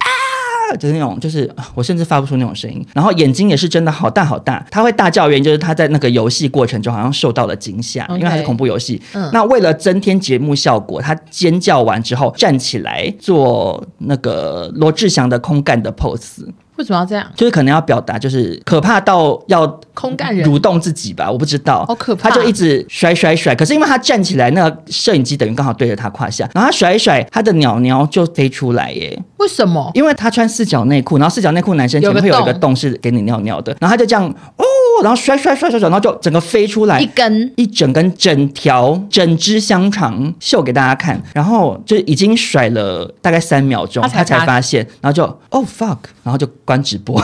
Speaker 2: 就是那种，就是啊我甚至发不出那种声音，然后眼睛也是真的好大好大。他会大叫的原因就是他在那个游戏过程中好像受到了惊吓
Speaker 3: OK
Speaker 2: 因为他是恐怖游戏。
Speaker 3: 嗯
Speaker 2: 那为了增添节目效果，他尖叫完之后站起来做那个罗志祥的空干的 pose，
Speaker 3: 为什么要这样？
Speaker 2: 就是可能要表达就是可怕到要
Speaker 3: 空干人
Speaker 2: 蠕动自己吧，我不知道，
Speaker 3: 好可怕
Speaker 2: 他就一直甩甩甩，可是因为他站起来，那个摄影机等于刚好对着他胯下，然后他甩一甩，他的鸟鸟就飞出来耶，
Speaker 3: 为什么？
Speaker 2: 因为他穿四角内裤，然后四角内裤男生前面会
Speaker 3: 有个
Speaker 2: 有一个
Speaker 3: 洞
Speaker 2: 洞是给你尿尿的，然后他就这样哦，然后甩甩甩甩甩，然后就整个飞出来
Speaker 3: 一。根
Speaker 2: 一整根整条整只香肠秀给大家看，然后就已经甩了大概三秒钟，
Speaker 3: 他
Speaker 2: 他
Speaker 3: 才
Speaker 2: 才
Speaker 3: 发
Speaker 2: 发现，然后就哦 fuck，然后就关直播，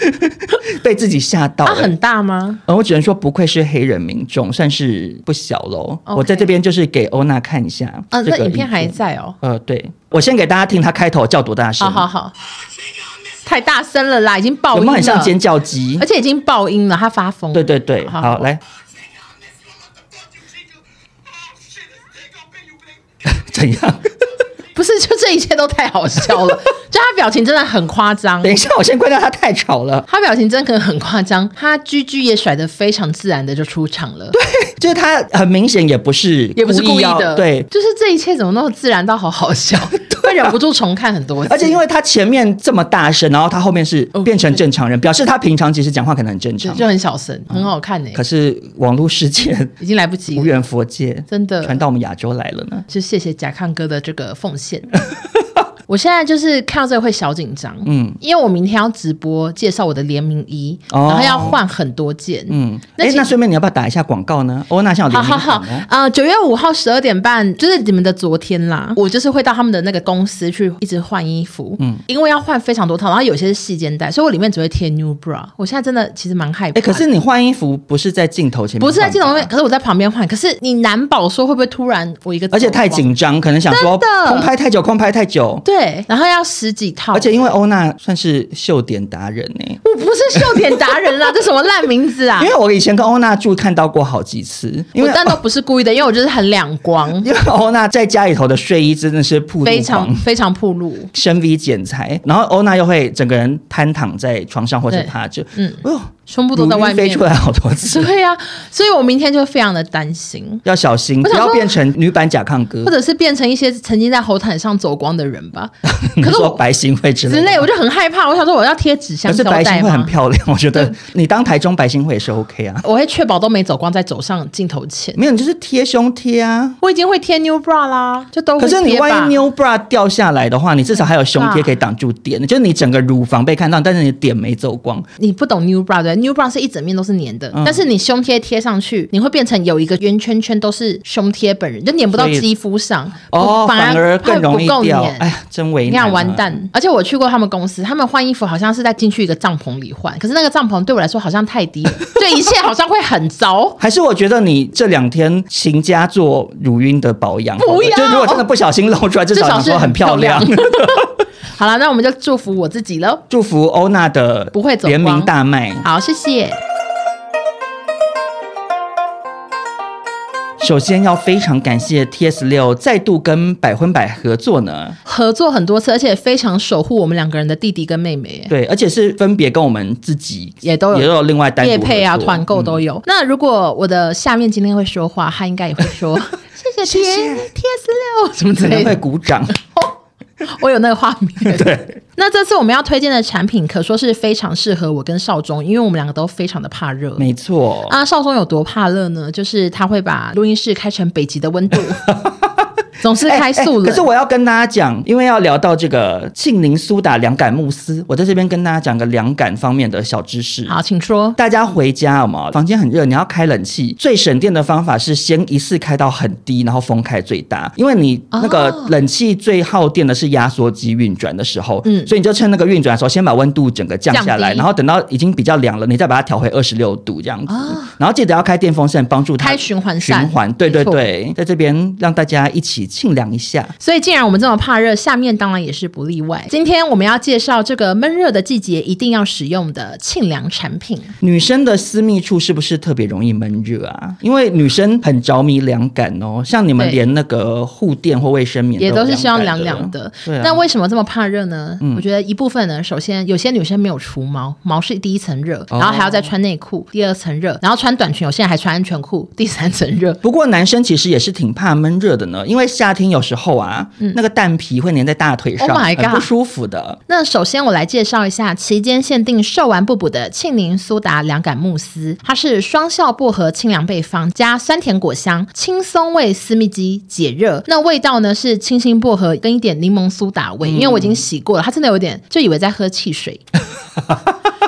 Speaker 2: 被自己吓到了。
Speaker 3: 它啊很大吗？
Speaker 2: 呃，我只能说不愧是黑人民众，算是不小喽。
Speaker 3: OK
Speaker 2: 我在这边就是给欧娜看一下，
Speaker 3: 嗯、
Speaker 2: 这
Speaker 3: 那
Speaker 2: 个
Speaker 3: 影片还。在哦。
Speaker 2: 呃，对，我先给大家听他开头叫多大声，
Speaker 3: 好好好，太大声了啦，已经爆
Speaker 2: 有
Speaker 3: 音
Speaker 2: 没有
Speaker 3: 了，
Speaker 2: 很像尖叫鸡
Speaker 3: 而？且已经爆音了，他发疯。
Speaker 2: 对对对，
Speaker 3: 好
Speaker 2: 好来，怎样？
Speaker 3: 不是，就这一切都太好笑 了，就他表情真的很夸张
Speaker 2: 等。一下，我先关掉，他太吵了。
Speaker 3: 他表情真的很夸张，他居居也甩得非常自然的就出场了，对，
Speaker 2: 就是他很明显也不是
Speaker 3: 也不是故意
Speaker 2: 要
Speaker 3: 的，
Speaker 2: 对。
Speaker 3: 就是这一切怎么那么自然到好好笑， 会忍不哦住重看很多次，
Speaker 2: 而且因为他前面这么大声，然后他后面是变成正常人，
Speaker 3: 哦
Speaker 2: 表示他平常其实讲话可能很正
Speaker 3: 就
Speaker 2: 常，
Speaker 3: 就很小声，很好看呢、
Speaker 2: 可是网络世界
Speaker 3: 已经来不及
Speaker 2: 无
Speaker 3: 了，
Speaker 2: 缘佛界，
Speaker 3: 真的
Speaker 2: 传到我们亚洲来了呢。
Speaker 3: 就谢谢甲亢哥的这个奉 献。我现在就是看到这个会小紧张，嗯
Speaker 2: 嗯，
Speaker 3: 因为我明天要直播介绍我的联名衣，
Speaker 2: 哦
Speaker 3: 然后要换很多件，嗯
Speaker 2: 嗯，，
Speaker 3: 那
Speaker 2: 哎、
Speaker 3: 其
Speaker 2: 那顺便你要不要打一下广告呢？欧娜像有
Speaker 3: 好
Speaker 2: 联
Speaker 3: 好
Speaker 2: 名
Speaker 3: 好
Speaker 2: 款哦，。
Speaker 3: 呃，九月五号十二点半，就是你们的昨天
Speaker 2: 嗯
Speaker 3: 啦。我就是会到他们的那个公司去一直换衣服，嗯，因为要换非常多套，然后有些是细肩带，所以我里面只会贴 new bra。我现在真的其实蛮害怕的。
Speaker 2: 哎、可是你换衣服不是在镜头前面，
Speaker 3: 不是在镜头面，，可是我在旁边换，可是你难保说会不会突然我一个，
Speaker 2: 而且太。紧张，可能想说
Speaker 3: 真的
Speaker 2: 空拍太久，空拍太久。
Speaker 3: 对，然后要十几套，
Speaker 2: 而且因为欧娜算是秀点达人呢、
Speaker 3: 我不是秀点达人啦，这什么烂名字啊
Speaker 2: 因！为我以前跟欧娜住看到过好几次，因
Speaker 3: 我
Speaker 2: 为
Speaker 3: 但都不是故意的，因为我就是很两光，
Speaker 2: 因为欧娜在家里头的睡衣真的是铺
Speaker 3: 非常非常暴露。
Speaker 2: 深 V 剪裁，然后欧娜又会整个人瘫躺在床上或者
Speaker 3: 对
Speaker 2: 趴着，
Speaker 3: 嗯
Speaker 2: 嗯，哎呦，
Speaker 3: 胸部都在
Speaker 2: 乳晕
Speaker 3: 外
Speaker 2: 飞
Speaker 3: 面
Speaker 2: 出。来好 多次，
Speaker 3: 对呀、所以我明天就非常的担心，
Speaker 2: 要小心，
Speaker 3: 我
Speaker 2: 不
Speaker 3: 想说
Speaker 2: 要变成女版甲亢哥。
Speaker 3: 或，者是变成一些曾经在红毯上走光的人吧
Speaker 2: 你
Speaker 3: 可是
Speaker 2: 说
Speaker 3: 我
Speaker 2: 白行会之
Speaker 3: 之
Speaker 2: 类
Speaker 3: 类，
Speaker 2: 的。
Speaker 3: 我就很害怕。我想说，我要贴纸箱
Speaker 2: 可是
Speaker 3: 胶
Speaker 2: 白
Speaker 3: 带
Speaker 2: 星会很
Speaker 3: 吗？
Speaker 2: 漂亮，我觉得你当台中白星会也是 OK 啊。
Speaker 3: 我会确保都没走光，再走上镜头前。
Speaker 2: 没有，你就是贴胸贴啊。
Speaker 3: 我已经会贴 new bra 啦，就哦都会
Speaker 2: 可是你
Speaker 3: 贴吧
Speaker 2: 万一 new bra 掉下来的话，你至少还有胸贴可以挡住点，就是你整个乳房被看到，但是你的点没走光。
Speaker 3: 你不懂 new bra 对，new bra 是一整面都是粘的，
Speaker 2: 嗯
Speaker 3: 但是你胸贴贴上去，你会变成有一个圆圈圈都是胸贴本人，就粘不到
Speaker 2: 所以
Speaker 3: 肌肤上，
Speaker 2: 哦，
Speaker 3: 不
Speaker 2: 反而更容易
Speaker 3: 它不够
Speaker 2: 掉。
Speaker 3: 粘
Speaker 2: 哎呀，真为
Speaker 3: 你
Speaker 2: 难、啊。
Speaker 3: 看完。蛋！而且我去过他们公司，他们换衣服好像是在进去一个帐篷里换，可是那个帐篷对我来说好像太低 了，就一切好像会很糟。
Speaker 2: 还是我觉得你这两天勤加做乳晕的保养，
Speaker 3: 不要
Speaker 2: 就如果真的不小心露出来，至
Speaker 3: 至
Speaker 2: 少
Speaker 3: 少
Speaker 2: 你
Speaker 3: 是
Speaker 2: 说很漂亮。
Speaker 3: 漂好了，那我们就祝福我自己喽。
Speaker 2: 祝福欧娜的
Speaker 3: 不会走
Speaker 2: 联名
Speaker 3: 光
Speaker 2: 大卖。
Speaker 3: 好，谢谢。
Speaker 2: 首先要非常感谢 T S 六再度跟百分百合作呢，
Speaker 3: 合作很多次，而且非常守护我们两个人的弟弟跟妹妹。
Speaker 2: 对，而且是分别跟我们自己
Speaker 3: 哎也都有
Speaker 2: 也有另外单独
Speaker 3: 业配啊，
Speaker 2: 合作
Speaker 3: 团购都有。那如果我的下面今天会说话，他应该也会 说谢谢 T
Speaker 2: 谢谢
Speaker 3: T S 六什么之
Speaker 2: 嗯可能
Speaker 3: 类
Speaker 2: 会
Speaker 3: 的。
Speaker 2: 鼓掌。
Speaker 3: 我有那个画面。对。那这次我们要推荐的产品可说是非常适合我跟少中，因为我们两个都非常的怕热。
Speaker 2: 没错，
Speaker 3: 啊，少中有多怕热呢？就是他会把录音室开成北极的温 度，总是
Speaker 2: 哎
Speaker 3: 开
Speaker 2: 哎
Speaker 3: 速冷。
Speaker 2: 可是我要跟大家讲，因为要聊到这个庆龄苏打凉感慕斯，我在这边跟大家讲个凉感方面的小知识。
Speaker 3: 好，请说。
Speaker 2: 大家回家有没有？房间很热，你要开冷气。最省电的方法是先一次开到很低，然后风开最大，因为你那个
Speaker 3: 哦
Speaker 2: 冷气最耗电的是压缩机运转的时候，
Speaker 3: 嗯
Speaker 2: 所以你就趁那个运转的时候，先把温度整个降下来，
Speaker 3: 降低
Speaker 2: 然后等到已经比较凉了，你再把它调回二十六度这样子。然后记得要开电风扇，帮助它
Speaker 3: 哦开循环
Speaker 2: 循
Speaker 3: 扇
Speaker 2: 环。对对
Speaker 3: 没错
Speaker 2: 对，在这边让大家一起清凉一下。
Speaker 3: 所以，既然我们这么怕热，下面当然也是不例外。今天我们要介绍这个闷热的季节一定要使用的沁凉产品。
Speaker 2: 女生的私密处是不是特别容易闷热啊？因为女生很着迷凉感哦，像你们
Speaker 3: 对
Speaker 2: 连那个护垫或卫生棉
Speaker 3: 也
Speaker 2: 都
Speaker 3: 都是希望
Speaker 2: 凉
Speaker 3: 凉
Speaker 2: 感
Speaker 3: 凉
Speaker 2: 的
Speaker 3: 的。
Speaker 2: 对啊嗯
Speaker 3: 那为什么这么怕热呢？我觉得一部分呢，首先有些女生没有除毛，毛是第一层热，
Speaker 2: 哦
Speaker 3: 然后还要再穿内裤，第二层热，然后穿短裙，有些人还穿安全裤，第三层热。
Speaker 2: 不过男生其实也是挺怕闷热的呢，因为夏天有时候啊，那个蛋皮会粘在大腿上
Speaker 3: 嗯 Oh my
Speaker 2: 很不
Speaker 3: God
Speaker 2: 舒服的。
Speaker 3: 那首先我来介绍一下期间限定售完不补的庆龄苏打凉感慕斯，它是双效薄荷清凉配方加酸甜果香，轻松为私密肌解热。那味道呢是清新薄荷跟一点柠檬苏打味，因为我已经洗过了，它真的有点就以为在喝汽水，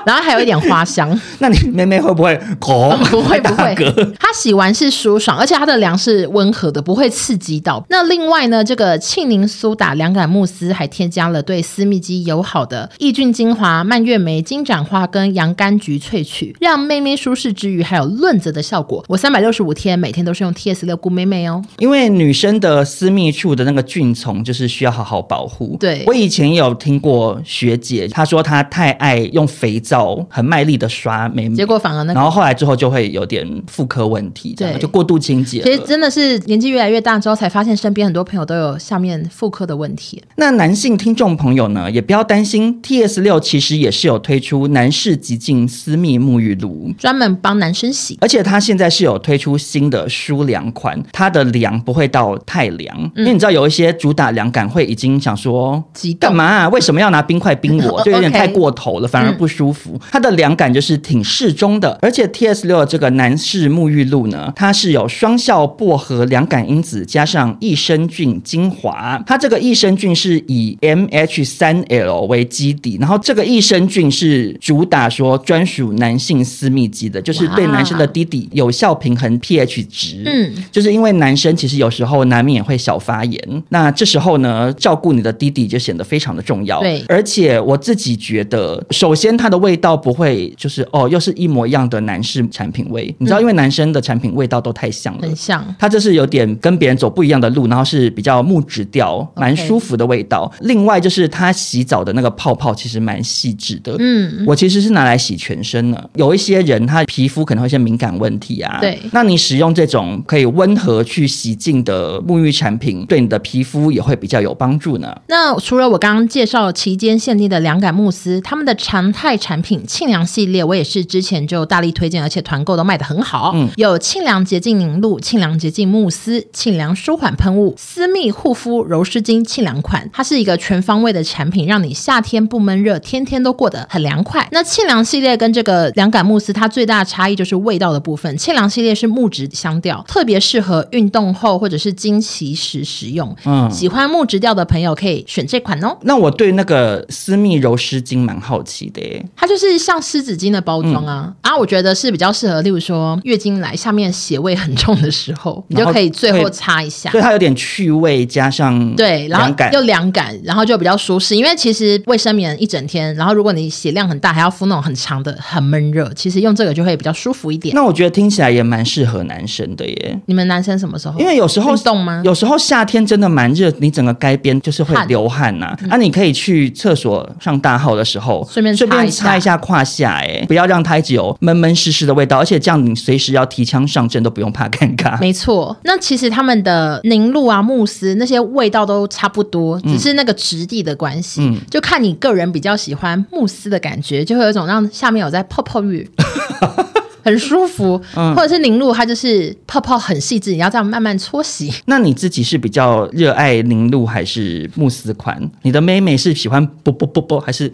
Speaker 3: 然后还有一点花香。
Speaker 2: 那你妹妹会不会口
Speaker 3: 不会不
Speaker 2: 大
Speaker 3: 会
Speaker 2: 嗝？，
Speaker 3: 它洗完是舒爽，而且它的凉是温和的，不会刺激到。那另外呢，这个庆龄苏打凉感慕斯还添加了对私密肌友好的抑菌精华、蔓越莓、金盏花跟洋甘菊萃取，让妹妹舒适之余还有润泽的效果。我三百六十五天每天都是用 T S 六顾妹妹哦。
Speaker 2: 因为女生的私密处的那个菌丛就是需要好好保护。
Speaker 3: 对
Speaker 2: 我以前也有听过学姐，她说她太爱用肥皂很卖力的刷妹妹，
Speaker 3: 结果反而那个
Speaker 2: 然后后来之后就会有点妇科问题，这样
Speaker 3: 对
Speaker 2: 就过度清洁了。
Speaker 3: 其实真的是年纪越来越大之后，才发现身边很多朋友都有下面妇科的问题。
Speaker 2: 那男性听众朋友呢，也不要担心，T S 六其实也是有推出男士极净私密沐浴露。
Speaker 3: 专门帮男生洗，
Speaker 2: 而且它现在是有推出新的舒凉款，它的凉不会到太凉，因为你知道有一些主打凉感会已经想说
Speaker 3: 嗯激动
Speaker 2: 干嘛、啊？为什么要拿冰块冰我？
Speaker 3: 哦
Speaker 2: 就有点
Speaker 3: OK 嗯
Speaker 2: 太过头了，反而不舒服。它的凉感就是挺适中的，而且 T S 六这个男士沐浴露呢，它是有双效薄荷凉感因子加上益生菌精华，它这个益生菌是以 M H 三 L 为基底，然后这个益生菌是主打说专属男性私密肌的，就是对男生的
Speaker 3: 哇
Speaker 2: 滴滴有效平衡 pH 值。
Speaker 3: 嗯，
Speaker 2: 就是因为男生其实有时候难免也会小发炎，那这时候呢，照顾你的滴滴就显得非常的重要。
Speaker 3: 对
Speaker 2: 而且我自己觉得，首先它的味道不会就是哦，又是一模一样的男士产品味，你知道，因为男生的产品味道都太像了
Speaker 3: 嗯很。像。
Speaker 2: 它就是有点跟别人走不一样的路，然后是比较木质调，蛮舒服的味道。另外就是它洗澡的那个泡泡其实蛮细致的，
Speaker 3: 嗯，
Speaker 2: 我其实是拿来洗全身的。有一些人他皮肤可能会有一些敏感问题啊，
Speaker 3: 对
Speaker 2: 那你使用这种可以温和去洗净的沐浴产品，对你的皮肤也会比较有帮助呢。
Speaker 3: 那除了我刚刚介绍期间限定的凉感慕斯，他们的常态产品沁凉系列，我也是之前就大力推荐，而且团购都卖的很好。有沁凉洁净凝露、沁凉洁净慕斯、沁凉舒缓喷雾、私密护肤柔湿巾沁凉款，它是一个全方位的产品，让你夏天不闷热，天天都过得很凉快。那沁凉系列跟这个凉感慕斯，它最大的差异就是味道的部分。沁凉系列是木质香调，特别适合运动后或者是经期时使用。
Speaker 2: 嗯
Speaker 3: 喜欢木质调的朋友可以选这款哦。
Speaker 2: 那我对那个私密柔湿巾蛮好奇的耶，
Speaker 3: 它就是像湿纸巾的包装
Speaker 2: 嗯
Speaker 3: 啊，啊，我觉得是比较适合，例如说月经来下面血味很重的时候，你
Speaker 2: 然
Speaker 3: 就
Speaker 2: 后
Speaker 3: 可以最后
Speaker 2: 嗯会
Speaker 3: 擦一下
Speaker 2: 所。以它有点趣味加上
Speaker 3: 对，然后
Speaker 2: 凉感
Speaker 3: 又凉感，然后就比较舒适。因为其实卫生棉一整天，然后如果你血量很大，还要敷那种很长的、很闷热，其实用这个就会比较舒服一点。
Speaker 2: 那我觉得听起来也蛮适合男生的耶。
Speaker 3: 你们男生什么时候？
Speaker 2: 因为有时候
Speaker 3: 运动吗
Speaker 2: 有时候夏天真的蛮热，你整个街边就是会
Speaker 3: 汗嗯
Speaker 2: 流汗呐、啊。你可以去厕所上大号的时候，
Speaker 3: 顺便
Speaker 2: 顺
Speaker 3: 擦
Speaker 2: 便
Speaker 3: 一下
Speaker 2: 擦一下胯下、哎，不要让它一直有闷闷湿湿的味道。而且这样你随时要提枪上阵都不用怕尴尬。
Speaker 3: 没错，那其实他们的凝露啊、慕斯那些味道都差不多，
Speaker 2: 嗯
Speaker 3: 只是那个质地的关系，就看你个人比较喜欢慕斯的感觉，就会有一种让下面有在泡泡 浴。很舒服，
Speaker 2: 嗯
Speaker 3: 或者是凝露，它就是泡泡很细致，你要这样慢慢搓洗。
Speaker 2: 那你自己是比较热爱凝露还是慕斯款？你的妹妹是喜欢啵啵啵啵还是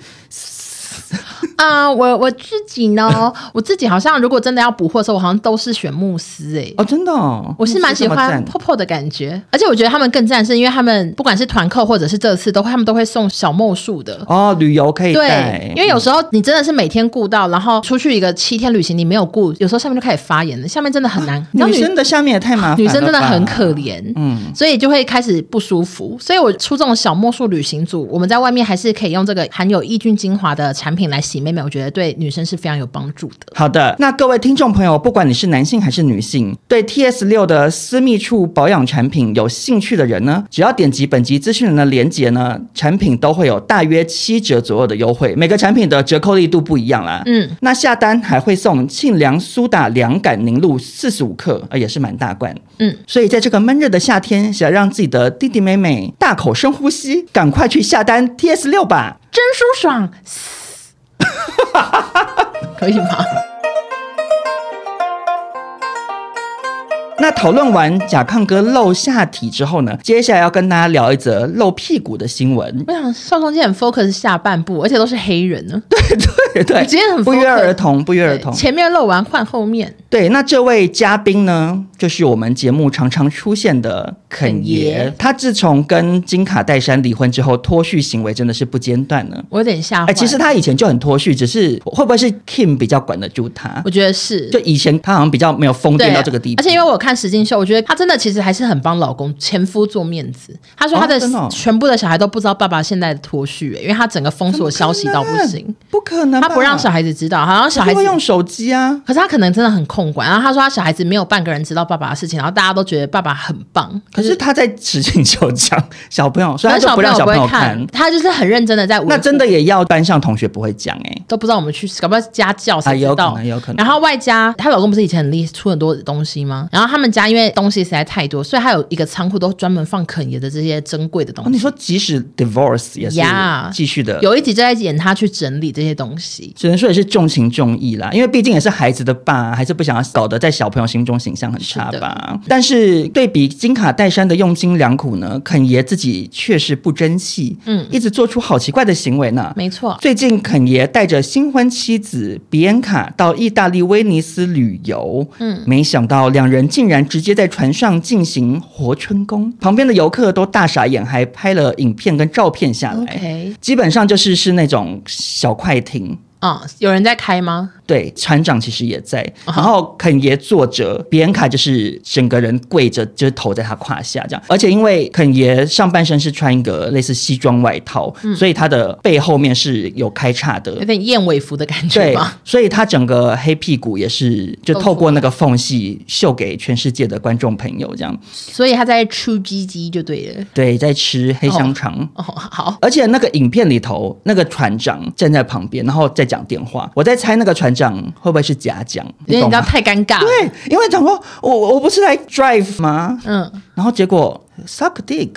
Speaker 3: 啊、我我自己呢， 我自己好像如果真的要补货的时候，我好像都是选慕斯诶、
Speaker 2: 哦？真的、哦，
Speaker 3: 我是蛮喜
Speaker 2: 慕斯这么
Speaker 3: 欢
Speaker 2: 赞
Speaker 3: 泡泡的感觉，而且我觉得他们更赞是因为他们不管是团购或者是这次都会，他们都会送小墨数的。
Speaker 2: 哦，旅游可以带
Speaker 3: 对，，因为
Speaker 2: 嗯
Speaker 3: 有时候你真的是每天顾到，然后出去一个七天旅行你没有顾，有时候下面就开始发炎了，下面真的很难。然后
Speaker 2: 啊女生的下面也太麻烦，
Speaker 3: 女生真的很可。怜，
Speaker 2: 嗯，
Speaker 3: 所以就会开始不舒服。所以我出这种小墨数旅行组，我们在外面还是可以用这个含有抑菌精华的产品来洗妹妹，我觉得对女生是非常有帮助的。
Speaker 2: 好的，那各位听众朋友，不管你是男性还是女性，对 T S 六的私密处保养产品有兴趣的人呢，只要点击本集资讯栏的链接呢，产品都会有大约七折左右的优惠，每个产品的折扣力度不一样啦。
Speaker 3: 嗯，
Speaker 2: 那下单还会送沁凉苏打凉感凝露四十五克，呃，也是蛮大罐。
Speaker 3: 嗯，
Speaker 2: 所以在这个闷热的夏天，想让自己的弟弟妹妹大口深呼吸，赶快去下单 T S 六吧。
Speaker 3: 真舒爽，可以吗？
Speaker 2: 那讨论完甲亢哥露下体之后呢，接下来要跟大家聊一则露屁股的 新闻。
Speaker 3: 我想啊少中今天很 focus 下半部，而且都是黑人呢。对，
Speaker 2: 对对，
Speaker 3: 今天很
Speaker 2: 不约
Speaker 3: focus
Speaker 2: 而同，不约而同。
Speaker 3: 前面露完换后面，
Speaker 2: 对，那这位嘉宾呢，就是我们节目常常出现的肯爷。
Speaker 3: 肯爷
Speaker 2: 他自从跟金卡戴珊离婚之后，脱序行为真的是不间断呢。
Speaker 3: 我有点吓坏。
Speaker 2: 哎，其实他以前就很脱序，只是会不会是 Kim 比较管得住他
Speaker 3: 我？觉得是
Speaker 2: 就。以前他好像比较没有疯
Speaker 3: 对
Speaker 2: 癫到这个地
Speaker 3: 而
Speaker 2: 步，
Speaker 3: 且因为我看实境秀，我觉得她真的其实还是很帮老公前夫做面子。她说她的
Speaker 2: 哦真的哦
Speaker 3: 全部的小孩都不知道爸爸现在的脱序、欸因为她整个封锁消息到不行，
Speaker 2: 不可能吧，
Speaker 3: 她不让小孩子知道，好像小孩
Speaker 2: 啊他
Speaker 3: 子
Speaker 2: 会用手机啊。
Speaker 3: 可是他可能真的很控管，然后他说他小孩子没有半个人知道爸爸的事情，然后大家都觉得爸爸很棒，
Speaker 2: 可是他在实境秀讲小朋友，所以
Speaker 3: 可
Speaker 2: 他
Speaker 3: 是
Speaker 2: 就不让
Speaker 3: 小
Speaker 2: 小
Speaker 3: 朋
Speaker 2: 朋
Speaker 3: 友
Speaker 2: 友
Speaker 3: 不会
Speaker 2: 看。
Speaker 3: 他就是很认真的在维护
Speaker 2: 那真的也要班上同学不会讲哎、
Speaker 3: 都不知道我们去，搞不好家教
Speaker 2: 啊
Speaker 3: 谁知
Speaker 2: 有可
Speaker 3: 道？
Speaker 2: 能有可能
Speaker 3: 然后外加她老公不是以前很厉出很多东西吗？然后他们家因为东西实在太多，所以他有一个仓库都专门放肯爷的这些珍贵的东
Speaker 2: 哦，
Speaker 3: 西。
Speaker 2: 你说即使 divorce 也是
Speaker 3: 呀
Speaker 2: 继续的
Speaker 3: 有一集就在演他去整理这些东西。
Speaker 2: 只能说也是重情重义啦，因为毕竟也是孩子的爸，还是不想要搞得在小朋友心中形象很差
Speaker 3: 是
Speaker 2: 吧。但是对比金卡戴珊的用心良苦呢，肯爷自己确实不争气，
Speaker 3: 嗯
Speaker 2: 嗯，一直做出好奇怪的行为呢。
Speaker 3: 没错，
Speaker 2: 最近，肯爷带着新婚妻子比安卡到意大利威尼斯旅游，嗯，没想到两人竟然直接在船上进行活春宫，旁边的游客都大傻眼，还拍了影片跟照片下来。
Speaker 3: OK
Speaker 2: 基本上就是是那种小快艇。
Speaker 3: 啊、有人在开吗？
Speaker 2: 对，船长其实也在，
Speaker 3: 啊
Speaker 2: 然
Speaker 3: 哈
Speaker 2: 后肯爷坐着，比安卡就是整个人跪着，就是头在他胯下这样。而且因为肯爷上半身是穿一个类似西装外套，
Speaker 3: 嗯
Speaker 2: 所以他的背后面是有开叉的
Speaker 3: 有，点燕尾服的感觉
Speaker 2: 对
Speaker 3: 吗？，
Speaker 2: 所以他整个黑屁股也是就透过那个缝隙秀给全世界的观众朋友，这样
Speaker 3: 所以他在出鸡鸡就对了。
Speaker 2: 对，在吃黑香肠。
Speaker 3: 哦，好，
Speaker 2: 而且那个影片里头，那个船长站在旁边，然后在讲电话。我在猜那个船长会不会是假讲，
Speaker 3: 因为你
Speaker 2: 懂
Speaker 3: 知道
Speaker 2: 吗？
Speaker 3: 太尴尬了。
Speaker 2: 对，因为讲说我我不是来 drive 吗？
Speaker 3: 嗯，
Speaker 2: 然后结果 suck dick，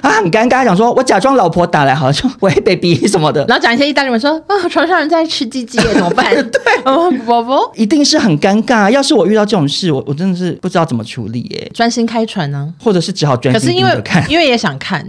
Speaker 2: 啊，很尴尬，想说我假装老婆打来，好像说喂 baby 什么的，
Speaker 3: 然后讲一些意大利文说，啊，床上人在吃鸡鸡耶，怎么办？ 对，哦，宝宝，
Speaker 2: 一定是很尴尬。要是我遇到这种事，我我真的是不知道怎么处理耶，
Speaker 3: 专心开船呢、
Speaker 2: 或者是只好专
Speaker 3: 可是
Speaker 2: 心
Speaker 3: 因
Speaker 2: 盯着
Speaker 3: 为
Speaker 2: 看。
Speaker 3: 因为也想 看，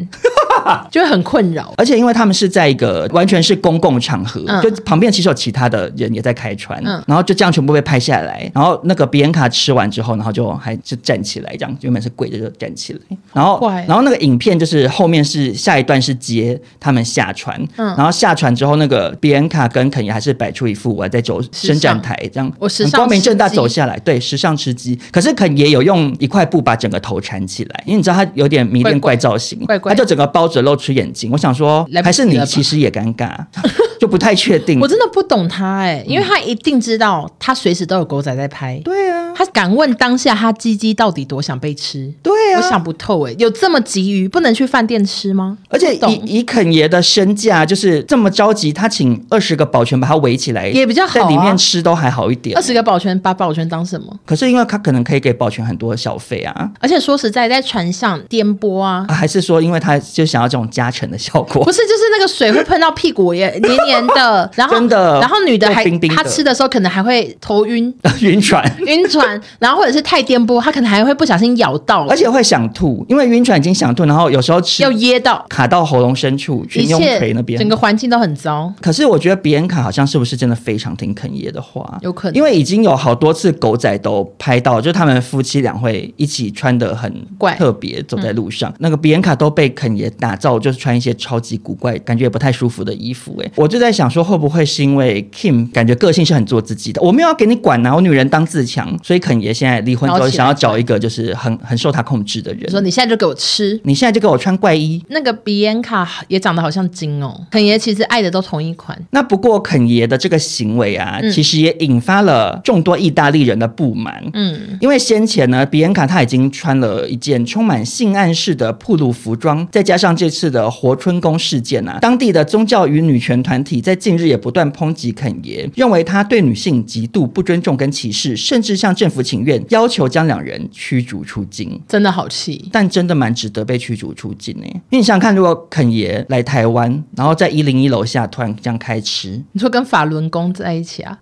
Speaker 3: 就会很困扰。
Speaker 2: 而且因为他们是在一个完全是公共场合，
Speaker 3: 嗯
Speaker 2: 就旁边其实有其他的人也在开船，
Speaker 3: 嗯
Speaker 2: 然后就这样全部被拍下来。然后那个比安卡吃完之后，然后就还就站起来，这样原本是跪着就站起来。然后
Speaker 3: 怪
Speaker 2: 然后那个影片就是后面是下一段是接他们下船，
Speaker 3: 嗯
Speaker 2: 然后下船之后，那个比安卡跟肯尼还是摆出一副我在走
Speaker 3: 时尚
Speaker 2: 伸展台这样，
Speaker 3: 我时
Speaker 2: 很
Speaker 3: 尚
Speaker 2: 光明正大
Speaker 3: 吃鸡
Speaker 2: 走下来，对，时尚吃鸡。可是肯也有用一块布把整个头缠起来，因为你知道他有点迷恋怪造型，
Speaker 3: 怪怪
Speaker 2: 他就整个包着露出眼睛。我想说
Speaker 3: 来，不及
Speaker 2: 还是你
Speaker 3: 了吧
Speaker 2: 其实也尴尬， 就不太确定
Speaker 3: 我。真的不懂他哎、因为他一定知道他随时都有狗仔在拍，
Speaker 2: 对啊，
Speaker 3: 他敢问当下他鸡鸡到底多想被吃？
Speaker 2: 对
Speaker 3: 我
Speaker 2: 啊，
Speaker 3: 想不透哎、有这么急于不能去饭店吃吗？
Speaker 2: 而且
Speaker 3: 不懂
Speaker 2: 以以肯爷的身价就是这么着急，他请二十个保全把他围起来，
Speaker 3: 也比较好啊
Speaker 2: 在里面吃都还好一点
Speaker 3: 二。十个保全把保全当什么？
Speaker 2: 可是因为他可能可以给保全很多小费啊。
Speaker 3: 而且说实在，在船上颠簸啊，
Speaker 2: 啊还是说，因为他就想要这种加成的效果
Speaker 3: 不，是就是那个水会喷到屁股 也黏黏的，然后
Speaker 2: 真的
Speaker 3: 然后女的还
Speaker 2: 会冰冰的
Speaker 3: 她吃的时候可能还会头晕
Speaker 2: 晕船。
Speaker 3: 晕船，然后或者是太颠簸，她可能还会不小心咬到，
Speaker 2: 而且会想吐，因为晕船已经想吐，然后有时候吃
Speaker 3: 要噎到，
Speaker 2: 卡到喉咙深处，去
Speaker 3: 一
Speaker 2: 雍
Speaker 3: 切
Speaker 2: 垂那边
Speaker 3: 整。个环境都很糟。
Speaker 2: 可是我觉得比安卡好像是不是真的非常听肯爷的话，
Speaker 3: 有可能
Speaker 2: 因为已经有好多次狗仔都拍到，就他们夫妻俩会一起穿的很
Speaker 3: 怪嗯
Speaker 2: 特别，走在路上。那个比安卡都被肯爷打造，就是穿一些超级古怪，感觉也不太舒服的衣服、欸。哎，我就在想说，会不会是因为 Kim 感觉个性是很做自己的，我没有要给你管呐、啊我女人当自强，所以肯爷现在离婚之
Speaker 3: 然
Speaker 2: 后
Speaker 3: 后起来
Speaker 2: 想要找一个就是很很受他控制的
Speaker 3: 我说
Speaker 2: 人。
Speaker 3: 你现在就给我吃。
Speaker 2: 你现在就给我穿怪衣，
Speaker 3: 那个比安卡也长得好像金哦，肯爷其实爱的都同一款，
Speaker 2: 那不过肯爷的这个行为啊，
Speaker 3: 嗯
Speaker 2: 其实也引发了众多意大利人的不满。
Speaker 3: 嗯，
Speaker 2: 因为先前呢，比安卡她已经穿了一件充满性暗示的铺路服装，再加上这次的活春宫事件啊，当地的宗教与女权团体在近日也不断抨击肯爷，认为他对女性极度不尊重跟歧视，甚至向政府请愿，要求将两人驱逐出境。
Speaker 3: 真的好气。
Speaker 2: 但真的蛮值得被驱逐出境诶、因为你想想看，如果肯爷来台湾，然后在一零一楼下突然这样开吃，
Speaker 3: 你说跟法轮功在一起 啊？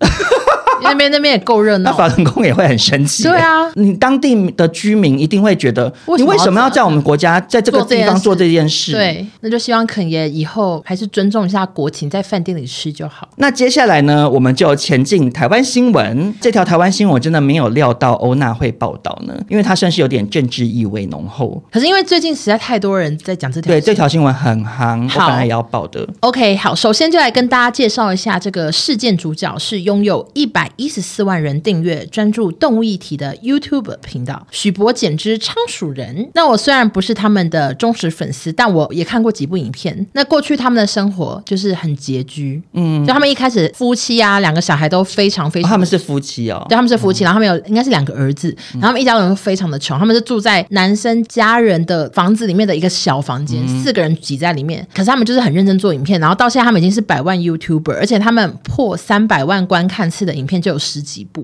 Speaker 3: 因为那边那边也够热
Speaker 2: 那
Speaker 3: 闹，
Speaker 2: 法轮功也会很生气、
Speaker 3: 对啊
Speaker 2: 你当地的居民一定会觉得，
Speaker 3: 为什么
Speaker 2: 你为什么
Speaker 3: 要
Speaker 2: 要
Speaker 3: 这
Speaker 2: 在
Speaker 3: 样
Speaker 2: 我们国家在这个
Speaker 3: 做这
Speaker 2: 地
Speaker 3: 件
Speaker 2: 方
Speaker 3: 事
Speaker 2: 做这件事？。
Speaker 3: 对，那就希望肯爷以后还是尊重一下国情，在饭店里吃就好。
Speaker 2: 那接下来呢，我们就前进台湾新闻。这条台湾新闻我真的没有料到欧娜会报道呢，因为它算是有点政治意味浓厚。
Speaker 3: 可是因为最近实在太多人在讲这条，
Speaker 2: 对，这。条新闻很夯，我
Speaker 3: 好
Speaker 2: 本来也要报的。
Speaker 3: OK，好，首先就来跟大家介绍一下这个事件主角是拥有一百一十四万人订阅、专注动物议题的 YouTube 频道“许博简之仓鼠人”。那我虽然不是他们的忠实粉丝，但我也看过几部影片。那过去他们的生活就是很拮据，嗯，就他们一开始夫妻啊，两个小孩都非常非
Speaker 2: 哦
Speaker 3: 常、
Speaker 2: 他们是夫妻哦
Speaker 3: 对，，他们是夫妻，然后他们有应该是两个儿子，然后他们一家人都非常的穷，他们是住在男生家人的房子里面的一个小房间，四个人挤在里面。可是他们就是很认真做影片，然后到现在他们已经是百万 YouTuber，而且他们破三百万观看次的影片就有十几部，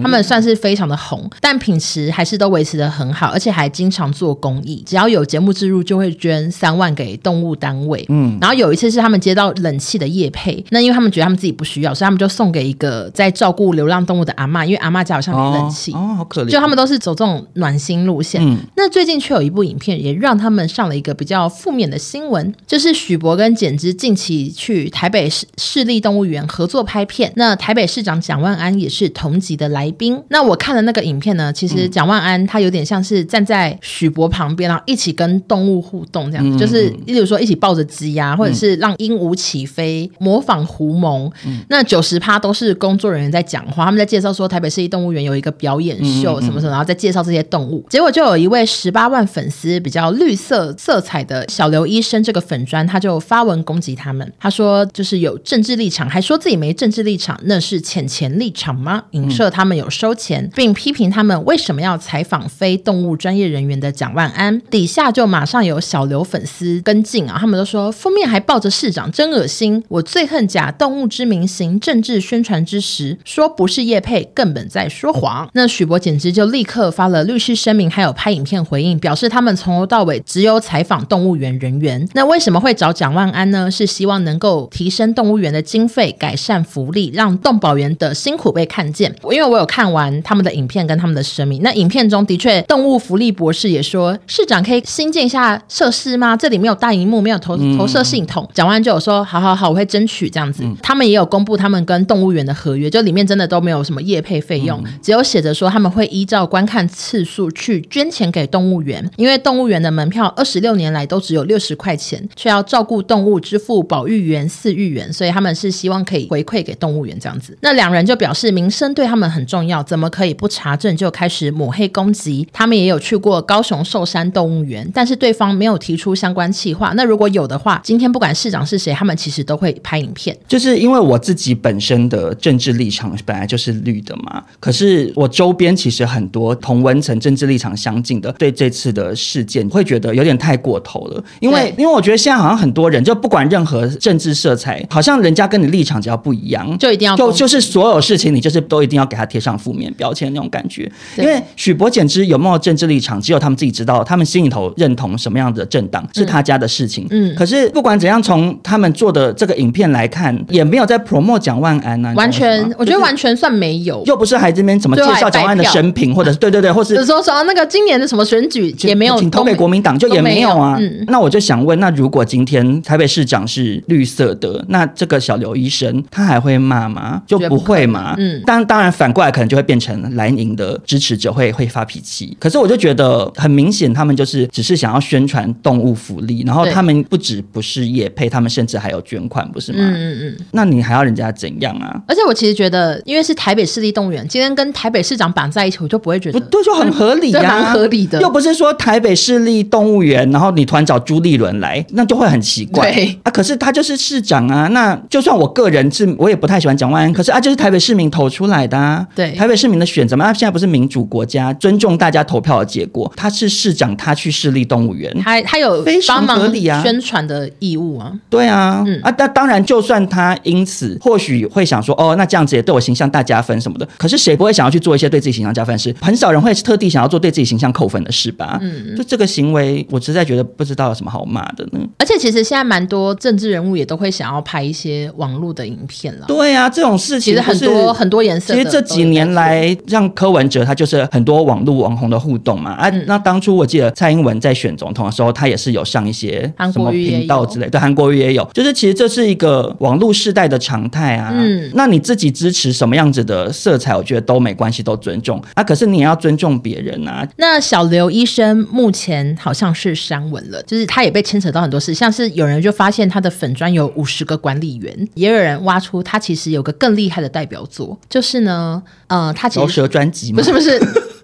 Speaker 3: 他们算是非常的红，但品质还是都维持的很好，而且还经常做公益，只要有节目植入就会捐三万给动物单位。嗯，然后有一次是他们接到冷气的业配，那因为他们觉得他们自己不需要，所以他们就送给一个在照顾流浪动物的阿嬷，因为阿嬷家好像没冷
Speaker 2: 哦
Speaker 3: 气。
Speaker 2: 哦，好可怜。
Speaker 3: 就他们都是走这种暖心路线。那最近却有一部影片也让他们上了一个比较负面的新闻，就是许博跟简之近期去台北市市立动物园合作拍片。那台北市长蒋万安也是同级的来宾。那我看了那个影片呢，其实蒋万安他有点像是站在许博旁边，然后一起跟动物互动这样子，就是例如说一起抱着鸡呀、或者是让鹦鹉起飞，模仿狐獴。那九十趴都是工作人员在讲话，他们在介绍说台北市立动物园有一个表演秀什么什么，然后再介绍这些动物。结果就有一位十八万粉丝比较绿色色彩的小刘医生这个粉砖，他就发文攻击他们，他说就是有政治立场，还说自己没政治立场，那是浅浅立场吗？影射他们有收钱，并批评他们为什么要采访非动物专业人员的蒋万安。底下就马上有小刘粉丝跟进啊，他们都说封面还抱着市长，真恶心！我最恨假动物之名行政治宣传之实，说不是叶配，根本在说谎。那许博简直就立刻发了律师声明，还有拍影片回应，表示他们从头到尾只有采访动物园人员。那为什么会找蒋万安呢？是希望能够提升动物园的经费，改善福利，让动保员的辛苦被看见。因为我有看完他们的影片跟他们的声明，那影片中的确，动物福利博士也说，市长可以新建一下设施吗？这里没有大荧幕，没有投投射系统。蒋万安就有说，好好好，我会争取这样子。他们也有公布他们跟动物园的合约，就里面真的都没有什么业配费用，只有写着说他们会依照观看次数去捐钱给动物园，因为动物园的门票二十六年来都只有六十块钱，却要照顾动物、支付保育员、饲育员，所以他们是希望可以回馈给动物园这样子。那两人就表示民生对他们很重要，怎么可以不查证就开始抹黑攻击？他们也有去过高雄寿山动物园，但是对方没有提出相关企划。那如果有的话，今天不管市长是谁，他们其实都会拍影片。
Speaker 2: 就是因为我自己本身的政治立场本来就是绿的嘛，可是我周边其实很多同文层政治立场相近的，对这次的事件会觉得有点太过头了，因为
Speaker 3: 对
Speaker 2: 因为我觉得现在好像很多人就不管任何政治色彩，好像人家跟你立场只要不一样，
Speaker 3: 就一定要
Speaker 2: 就
Speaker 3: 攻击
Speaker 2: 就是所有事情你就是都一定要给他贴上负面标签那种感觉。
Speaker 3: 对
Speaker 2: 因为许博简之有没有政治立场，只有他们自己知道，他们心里头认同什么样的政党是他家的事情。
Speaker 3: 嗯
Speaker 2: 可是不管怎样，从他们做的这个影片来看，也没有在 promote 蒋万安啊，你懂
Speaker 3: 完
Speaker 2: 我意思
Speaker 3: 全
Speaker 2: 吗，
Speaker 3: 我觉
Speaker 2: 就
Speaker 3: 得
Speaker 2: 是
Speaker 3: 完全算没有。
Speaker 2: 又不是还这边怎么介
Speaker 3: 最后还
Speaker 2: 绍蒋万安的
Speaker 3: 白票
Speaker 2: 生平，或者是对对对，或是
Speaker 3: 有时候说啊那个今年的什么选举也没有
Speaker 2: 请投给国民党就也没有啊。
Speaker 3: 都没有嗯
Speaker 2: 那我就想问，那如果今天台北市长是绿色的，那这个小刘医生他还会骂吗？就不会嘛。
Speaker 3: 能嗯
Speaker 2: 当当然反过来可能就会变成蓝营的支持者会会发脾气。可是我就觉得很明显，他们就是只是想要宣传动物福利，然后
Speaker 3: 对
Speaker 2: 他们不止不是业配，他们甚至还有捐款，不是吗？
Speaker 3: 嗯嗯嗯。
Speaker 2: 那你还要人家怎样啊？
Speaker 3: 而且我其实觉得，因为是台北市立动物园，今天跟台北市长绑在一起，我就不会觉
Speaker 2: 不
Speaker 3: 得
Speaker 2: 对，就很合理呀、啊
Speaker 3: 对蛮合理的
Speaker 2: 又不是说台北市立动物园，然后你团找朱立伦来，那就会很奇怪。
Speaker 3: 对
Speaker 2: 啊，可是他就是市长啊。那就算我个人是，我也不太喜欢蒋万安，可是啊，就是台北市民投出来的啊。
Speaker 3: 对
Speaker 2: 台北市民的选择嘛，啊，现在不是民主国家，尊重大家投票的结果。他是市长，他去市立动物园，
Speaker 3: 他他有
Speaker 2: 嗯非常
Speaker 3: 帮
Speaker 2: 合
Speaker 3: 忙
Speaker 2: 理啊
Speaker 3: 宣传的义务啊。
Speaker 2: 对啊，
Speaker 3: 嗯
Speaker 2: 啊，但当然，就算他因此或许会想说，哦，那这样子也对我形象大加分什么的。可是谁不会想要去做一些对自己形象加分的事？很少人会特地想要做对自己形象扣分的事吧？嗯，就这个行为，我实在觉得不知道有什么好骂的呢。
Speaker 3: 而且其实现在蛮多政治人物也都会想要拍一些网络的影片啦。
Speaker 2: 对啊，这种事
Speaker 3: 其
Speaker 2: 情
Speaker 3: 实很
Speaker 2: 不
Speaker 3: 多
Speaker 2: 是
Speaker 3: 很多颜色的
Speaker 2: 其实
Speaker 3: 都有
Speaker 2: 这
Speaker 3: 在做，
Speaker 2: 几年来，让柯文哲他就是很多网络网红的互动嘛。
Speaker 3: 嗯
Speaker 2: 啊，那当初我记得蔡英文在选总统的时候，他也是有上一些
Speaker 3: 韩
Speaker 2: 什么
Speaker 3: 国瑜也
Speaker 2: 频道
Speaker 3: 有
Speaker 2: 之类，对，韩国瑜也有。就是其实这是一个网络世代的常态啊。
Speaker 3: 嗯
Speaker 2: 那你自己支持什么样子的色彩，我觉得都没关系，都尊重啊。可是你也要尊重别人啊。
Speaker 3: 那小刘医生目前好像是删文了，就是他也被牵扯到很多事，像是有人就发现他的粉砖有五十个管理员，也有人挖出他其实有个更厉害的代表作，就是呢，呃，他其
Speaker 2: 饶
Speaker 3: 实
Speaker 2: 舌嗯专辑嘛
Speaker 3: 不是 不是。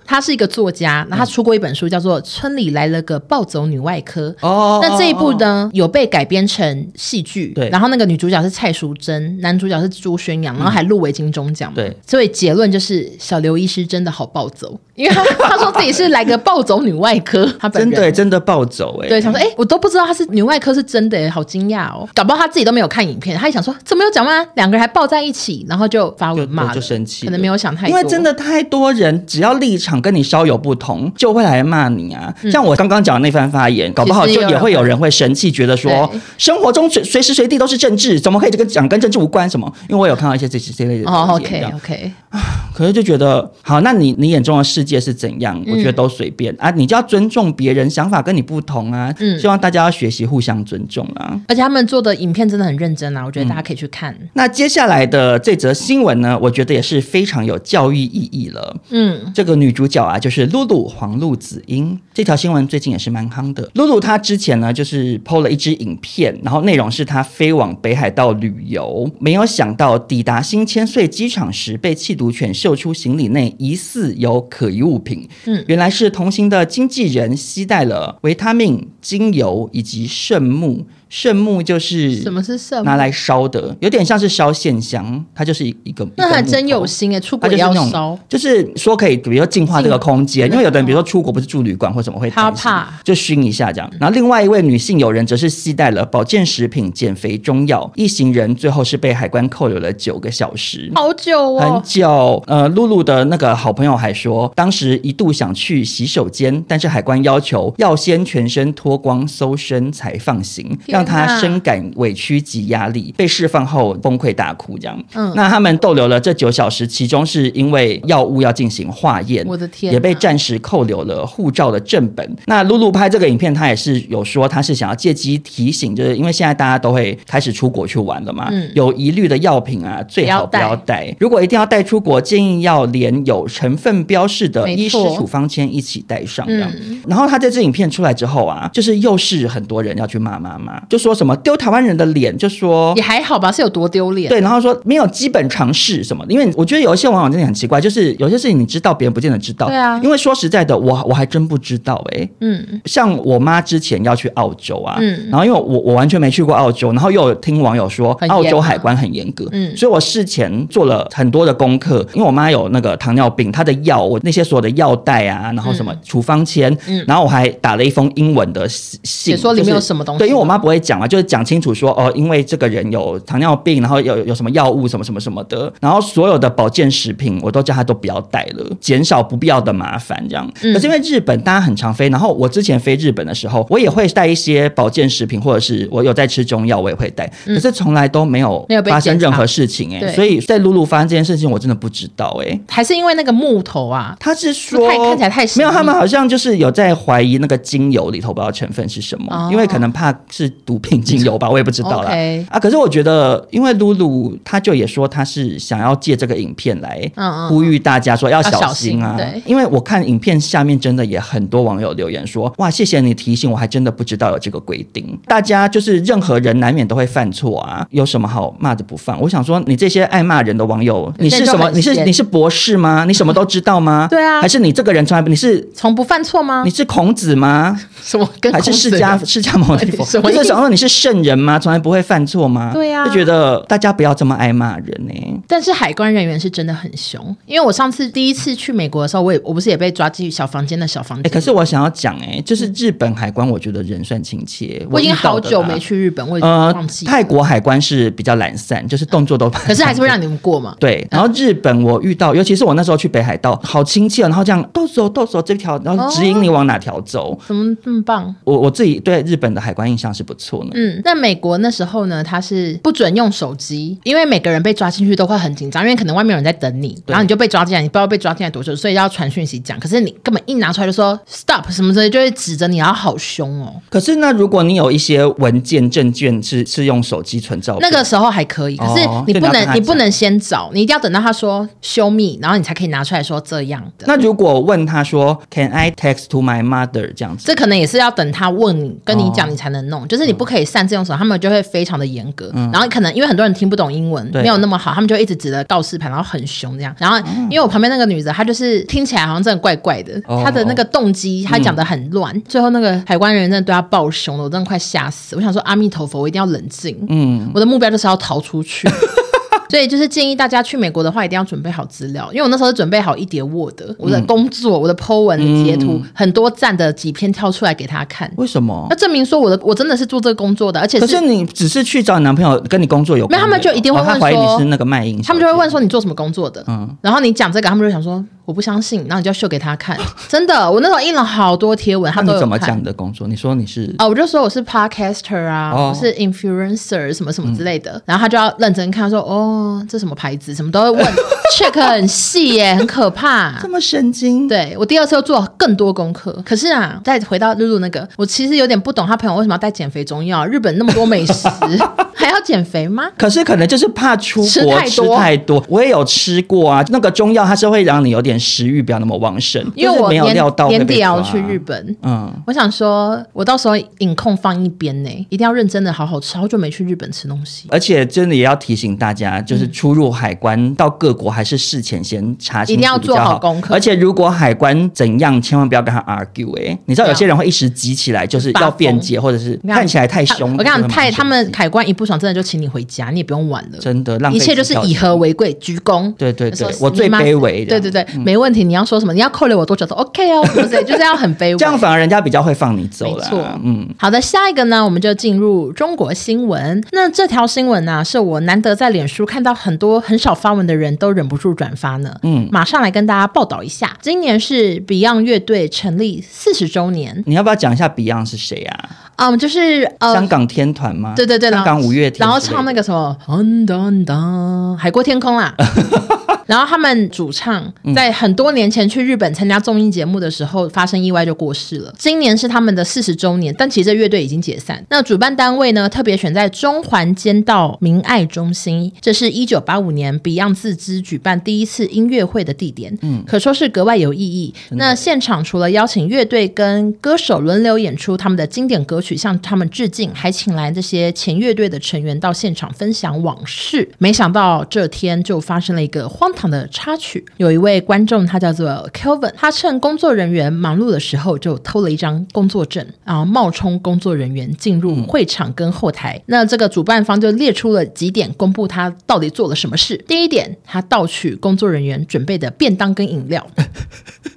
Speaker 3: 他是一个作家，那他出过一本书叫做《村里来了个暴走女外科》，
Speaker 2: 哦，
Speaker 3: 那这一部
Speaker 2: 哦
Speaker 3: 呢，有被改编成戏剧，
Speaker 2: 对嗯
Speaker 3: 然后那个女主角是蔡淑珍，男主角是朱宣阳，然后还入围金钟奖嘛、
Speaker 2: 对，
Speaker 3: 所以结论就是小刘医师真的好暴走，因为他他说自己是来个暴走女外科， 他本
Speaker 2: 哦真
Speaker 3: 人
Speaker 2: 的真的暴走哎、
Speaker 3: 对，想说哎、诶我都不知道他是女外科是真的、诶好惊讶哦，搞不好他自己都没有看影片，他也想说怎么有讲吗？两个人还抱在一起，然后就发
Speaker 2: 就
Speaker 3: 文骂了，
Speaker 2: 就生气了
Speaker 3: 可能没有想太
Speaker 2: 因
Speaker 3: 多，
Speaker 2: 为真的太多人，只要立场跟你稍有不同，就会来骂你啊。像我刚刚讲的那番发言，搞不好
Speaker 3: 嗯其实也
Speaker 2: 就
Speaker 3: 有
Speaker 2: 也
Speaker 3: 人
Speaker 2: 会有人会生气，觉得说
Speaker 3: 对
Speaker 2: 生活中随随时随地都是政治，怎么可以这个讲跟政治无关什么？因为我有看到一些这些这类的
Speaker 3: 哦
Speaker 2: 东西这
Speaker 3: ，OK
Speaker 2: 样
Speaker 3: OK，
Speaker 2: 可是就觉得好，那你你眼中的世界是怎样？
Speaker 3: 嗯
Speaker 2: 我觉得都随便、啊，你就要尊重别人想法跟你不同啊。
Speaker 3: 嗯
Speaker 2: 希望大家要学习互相尊重啊。
Speaker 3: 而且他们做的影片真的很认真啊，我觉得
Speaker 2: 嗯
Speaker 3: 大家可以去看，
Speaker 2: 那接下来的这则新闻呢，我觉得也是非常有教育意义了。
Speaker 3: 嗯
Speaker 2: 这个女主角啊，就是露露黄露子英。这条新闻最近也是蛮夯的。露露她之前呢，就是 PO 了一支影片，然后内容是她飞往北海道旅游，没有想到抵达新千岁机场时，被缉毒犬嗅出行李内疑似有可疑物品。
Speaker 3: 嗯
Speaker 2: 原来是同行的经纪人携带了维他命、精油以及圣木。圣木就是
Speaker 3: 什么是圣木
Speaker 2: 拿来烧的，有点像是烧线香，它就是一一个。
Speaker 3: 那还
Speaker 2: 一个木
Speaker 3: 真有
Speaker 2: 头
Speaker 3: 心哎、出
Speaker 2: 它
Speaker 3: 国
Speaker 2: 就
Speaker 3: 也
Speaker 2: 是
Speaker 3: 要
Speaker 2: 那
Speaker 3: 烧
Speaker 2: 种，，就是说可以，比如说净化这个空间，因为有的人比如说出国不是住旅馆或什么会
Speaker 3: 他
Speaker 2: 担心
Speaker 3: 怕
Speaker 2: 就熏一下这样。然后另外一位女性友人则是携带了保健食品、减肥中药，一行人最后是被海关扣留了九个小时。
Speaker 3: 好久
Speaker 2: 很
Speaker 3: 哦。
Speaker 2: 久，呃，露露的那个好朋友还说，当时一度想去洗手间，但是海关要求要先全身脱光搜身才放行，
Speaker 3: 天哪
Speaker 2: 让她深感委屈及压力。被释放后崩溃大哭，这样。
Speaker 3: 嗯
Speaker 2: 那他们逗留了这九小时，其中是因为药物要进行化验，
Speaker 3: 我的天啊
Speaker 2: 也被
Speaker 3: 哪
Speaker 2: 暂时扣留了护照的正本。那露露拍这个影片，她也是有说，她是想要借机提醒，就是因为现在大家都会开始出国去玩了嘛，
Speaker 3: 嗯
Speaker 2: 有疑虑的药品啊，最好
Speaker 3: 不
Speaker 2: 不
Speaker 3: 要带
Speaker 2: 要带。如果一定要带出国，建议要连有成分标示的
Speaker 3: 没
Speaker 2: 医师
Speaker 3: 错
Speaker 2: 处方签一起带上。这样
Speaker 3: 嗯
Speaker 2: 然后他在这影片出来之后啊，就是又是很多人要去骂妈妈，就说什么丢台湾人的脸，就说
Speaker 3: 也还好吧，是有多丢脸？
Speaker 2: 对，然后说没有基本常识什么的，因为我觉得有一些网友真的很奇怪，就是有些事情你知道，别人不见得知道。
Speaker 3: 对啊
Speaker 2: 因为说实在的，我我还真不知道哎、
Speaker 3: 嗯，
Speaker 2: 像我妈之前要去澳洲啊，
Speaker 3: 嗯
Speaker 2: 然后因为我我完全没去过澳洲，然后又有听网友说
Speaker 3: 很严
Speaker 2: 澳洲
Speaker 3: 吗
Speaker 2: 海关很严格，
Speaker 3: 嗯
Speaker 2: 所以我事前做了很多的功课，因为我妈有那个糖尿病，她的药我那些所有的药袋啊，然后什么处方签，
Speaker 3: 嗯
Speaker 2: 然后我还打了一封英文的信，
Speaker 3: 解说里面
Speaker 2: 就是
Speaker 3: 有什么东西
Speaker 2: 对，因为我妈不会讲嘛，就是讲清楚说哦，因为这个人有糖尿病，然后有有什么药物什么什么什么的，然后所有的保健食品我都叫她都不要带了，减少不必要的麻烦这样。
Speaker 3: 嗯
Speaker 2: 可是因为日本大家很常飞，然后我之前飞日本的时候，我也会带一些保健食品，或者是我有在吃中药，我也会带，可是从来都没有
Speaker 3: 嗯没有被
Speaker 2: 发生
Speaker 3: 检查
Speaker 2: 任何事情哎、
Speaker 3: 对
Speaker 2: 所以在露露发生这件事情，我真的不知道哎、
Speaker 3: 还是因为那个木头啊，
Speaker 2: 他是说
Speaker 3: 太看起来太神秘
Speaker 2: 没有，他们好像就是有在怀疑那个精油里头不知道成分是什么，
Speaker 3: 哦
Speaker 2: 因为可能怕是毒品精油吧，我也不知道啦。
Speaker 3: OK
Speaker 2: 啊，可是我觉得，因为露露她就也说她是想要借这个影片来
Speaker 3: 嗯嗯
Speaker 2: 呼吁大家说要
Speaker 3: 要
Speaker 2: 小
Speaker 3: 小
Speaker 2: 心
Speaker 3: 心
Speaker 2: 啊，
Speaker 3: 对
Speaker 2: 因为我看影片下面真的也很多网友留言说，哇，谢谢你提醒，我还真的不知道有这个规定。大家就是任何人难免都会犯错啊，有什么好骂的不放？我想说，你这些爱骂人的网友，你是什么？
Speaker 3: 有些人就很
Speaker 2: 你是
Speaker 3: 闲
Speaker 2: 你是博士吗？你什么都知道吗？
Speaker 3: 对啊
Speaker 2: 还是你这个人从来不你是
Speaker 3: 哦从不犯错吗
Speaker 2: 你？是孔子吗？
Speaker 3: 什么跟
Speaker 2: 还是
Speaker 3: 孔子
Speaker 2: 释迦释迦牟尼
Speaker 3: 什
Speaker 2: 佛？
Speaker 3: 么
Speaker 2: 我
Speaker 3: 意思
Speaker 2: 就想说你是圣人吗？从来不会犯错吗？
Speaker 3: 对啊
Speaker 2: 就觉得大家不要这么爱骂人呢、
Speaker 3: 但是海关人员是真的很凶，因为我上次第一次去美国的时候，我也我不是也被抓进小房间的小房
Speaker 2: 哎、
Speaker 3: 间。
Speaker 2: 可是我想要讲，哎，就是日本海关，我觉得人算亲切。
Speaker 3: 嗯我已经
Speaker 2: 遇到
Speaker 3: 好
Speaker 2: 的啦
Speaker 3: 久没。去日本，我已经
Speaker 2: 呃
Speaker 3: 忘，记了。啊
Speaker 2: 泰国海关是比较懒散，就是动作都慢慢的。
Speaker 3: 可是还是会让你嗯们过嘛？
Speaker 2: 对，然后日本我遇到，尤其是我那时候去北海道，好亲切哦，然后这样豆走豆走这条，然后指引你往哪条走。
Speaker 3: 怎么这么棒？
Speaker 2: 我我自己对日本的海关印象是不错呢。
Speaker 3: 嗯，那美国那时候呢，他是不准用手机，因为每个人被抓进去都会很紧张，因为可能外面有人在等你，然后你就被抓进来，你不知道被抓进来多久，所以要传讯息讲。可是你根本一拿出来就说 stop 什么之类，就会指着你，然后好凶哦。
Speaker 2: 可是那如果你有一些文件证券是是用手机存照片，
Speaker 3: 那个时候还可以，可是
Speaker 2: 哦
Speaker 3: 你不
Speaker 2: 就你要
Speaker 3: 能，
Speaker 2: 跟他
Speaker 3: 你不
Speaker 2: 讲
Speaker 3: 能先找，你一定要等到他说 show me，然后你才可以拿出来说这样的。
Speaker 2: 那如果问他说 Can I text to my mother 这样子，哦
Speaker 3: 这可能也是要等他问你、跟你讲，你才能弄。就是你不可以擅自用手，他们就会非常的严格。
Speaker 2: 嗯
Speaker 3: 然后可能因为很多人听不懂英文，
Speaker 2: 对
Speaker 3: 没有那么好，他们就一直指着告示牌，然后很凶这样。然后
Speaker 2: 哦
Speaker 3: 因为我旁边那个女的，她就是听起来好像真的怪怪的，
Speaker 2: 哦嗯
Speaker 3: 她的那个动机她讲的很乱。最后那个海关人员真的对她爆凶了，我真的快吓死。我想说阿弥陀佛，我一定要冷静。嗯，我的目标就是要逃出 去。所以就是建议大家去美国的话，一定要准备好资料，因为我那时候是准备好一叠 Word，我
Speaker 2: 嗯
Speaker 3: 的工作、我的 Po 文的截图，很多站的几篇挑出来给他看，
Speaker 2: 为什么
Speaker 3: 要？证明说我的我真的是做这个工作的，而且
Speaker 2: 可是你只是去找你男朋友，跟你工作有关
Speaker 3: 没有他们
Speaker 2: 联
Speaker 3: 就一定会
Speaker 2: 哦他
Speaker 3: 问
Speaker 2: 怀疑
Speaker 3: 说
Speaker 2: 你是那个卖淫小姐，
Speaker 3: 他们就会问说你做什么工作的，
Speaker 2: 嗯
Speaker 3: 然后你讲这个，他们就想说我不相信，然后你就要秀给他 看，真的，我那时候印了好多贴文，他
Speaker 2: 那
Speaker 3: 都
Speaker 2: 你
Speaker 3: 有
Speaker 2: 怎么
Speaker 3: 看
Speaker 2: 讲的工作？你说你是
Speaker 3: 啊、我就说我是 podcaster 啊，
Speaker 2: 哦嗯
Speaker 3: 我是 influencer 什么什么之类的，然后他就要认真看，说哦，这什么牌子，什么都会 问，check 很细耶，很可怕
Speaker 2: 这。么神经？
Speaker 3: 对我第二次又做更多功课，可是啊， 再回到露露那个，我其实有点不懂他朋友为什么要带减肥中药，日本那么多美食，还要减肥吗？
Speaker 2: 可是可能就是怕出国
Speaker 3: 吃太多
Speaker 2: 多我也有吃过啊。那个中药它是会让你有点食欲不要那么旺盛，
Speaker 3: 因为
Speaker 2: 就是
Speaker 3: 我
Speaker 2: 没有
Speaker 3: 年
Speaker 2: 料到会
Speaker 3: 年
Speaker 2: 被
Speaker 3: 底要
Speaker 2: 抓啊
Speaker 3: 去日。本。
Speaker 2: 嗯，
Speaker 3: 我想说，我到时候影控放一边呢，一定要认真的好好吃。好久没去日本吃东西，
Speaker 2: 而且真的也要提醒大家，
Speaker 3: 嗯
Speaker 2: 就是出入海关到各国还是事前先查清楚
Speaker 3: 一定要
Speaker 2: 比较
Speaker 3: 做好
Speaker 2: 好
Speaker 3: 功课
Speaker 2: 而且如果海关怎样，千万不要跟他 argue 哎、你知道有些人会一时急起来，就是
Speaker 3: 发疯
Speaker 2: 要辩解，或者是
Speaker 3: 我跟你讲
Speaker 2: 看起来太凶。
Speaker 3: 我跟你
Speaker 2: 就
Speaker 3: 讲，
Speaker 2: 会蛮
Speaker 3: 太
Speaker 2: 生
Speaker 3: 他们
Speaker 2: 气
Speaker 3: 凯关一不爽，真的就请你回家，你也不用玩了。
Speaker 2: 真的浪费
Speaker 3: 一切就是
Speaker 2: 机票
Speaker 3: 以
Speaker 2: 钱
Speaker 3: 和为贵，鞠躬。
Speaker 2: 对对
Speaker 3: 说
Speaker 2: 对，我最
Speaker 3: 你妈
Speaker 2: 卑微
Speaker 3: 对
Speaker 2: 这样嗯
Speaker 3: 对对，没问题。你要说什么？你要扣留我多久都 OK 哦，是不是？就是要很卑微。
Speaker 2: 这样反而人家比较会放你走
Speaker 3: 没
Speaker 2: 了。
Speaker 3: 错，
Speaker 2: 嗯，
Speaker 3: 好的，下一个呢，我们就进入中国新闻。那这条新闻呢、是我难得在脸书看到很多很少发文的人都忍不住转发呢。嗯，马上来跟大家报道一下，今年是 Beyond 乐队成立四十周年，
Speaker 2: 你要不要讲一下 Beyond 是谁啊？
Speaker 3: 嗯，就是呃，
Speaker 2: 香港天团吗？
Speaker 3: 对对对，然
Speaker 2: 香
Speaker 3: 后
Speaker 2: 港五月天，
Speaker 3: 然后唱那
Speaker 2: 个。
Speaker 3: 个什么噔噔噔，海阔天空啦。然后他们主唱在很多年前去日本参加综艺节目的时候发生意外就过世了。今年是他们的四十周年，但其实这乐队已经解散。那主办单位呢，特别选在中环街道明爱中心，这是一九八五年 Beyond 自知举办第一次音乐会的地点，嗯，可说是格外有意义。那现场除了邀请乐队跟歌手轮流演出他们的经典歌曲向他们致敬，还请来这些前乐队的成员到现场分享往事。没想到这天就发生了一个荒唐的插曲，有一位观众他叫做 Kelvin，他趁工作人员忙碌的时候就偷了一张工作证，然后冒充工作人员进入
Speaker 2: 嗯
Speaker 3: 会场跟后台。那这个主办方就列出了几点，公布他到底做了什么事。第一点，他盗取工作人员准备的便当跟饮 料，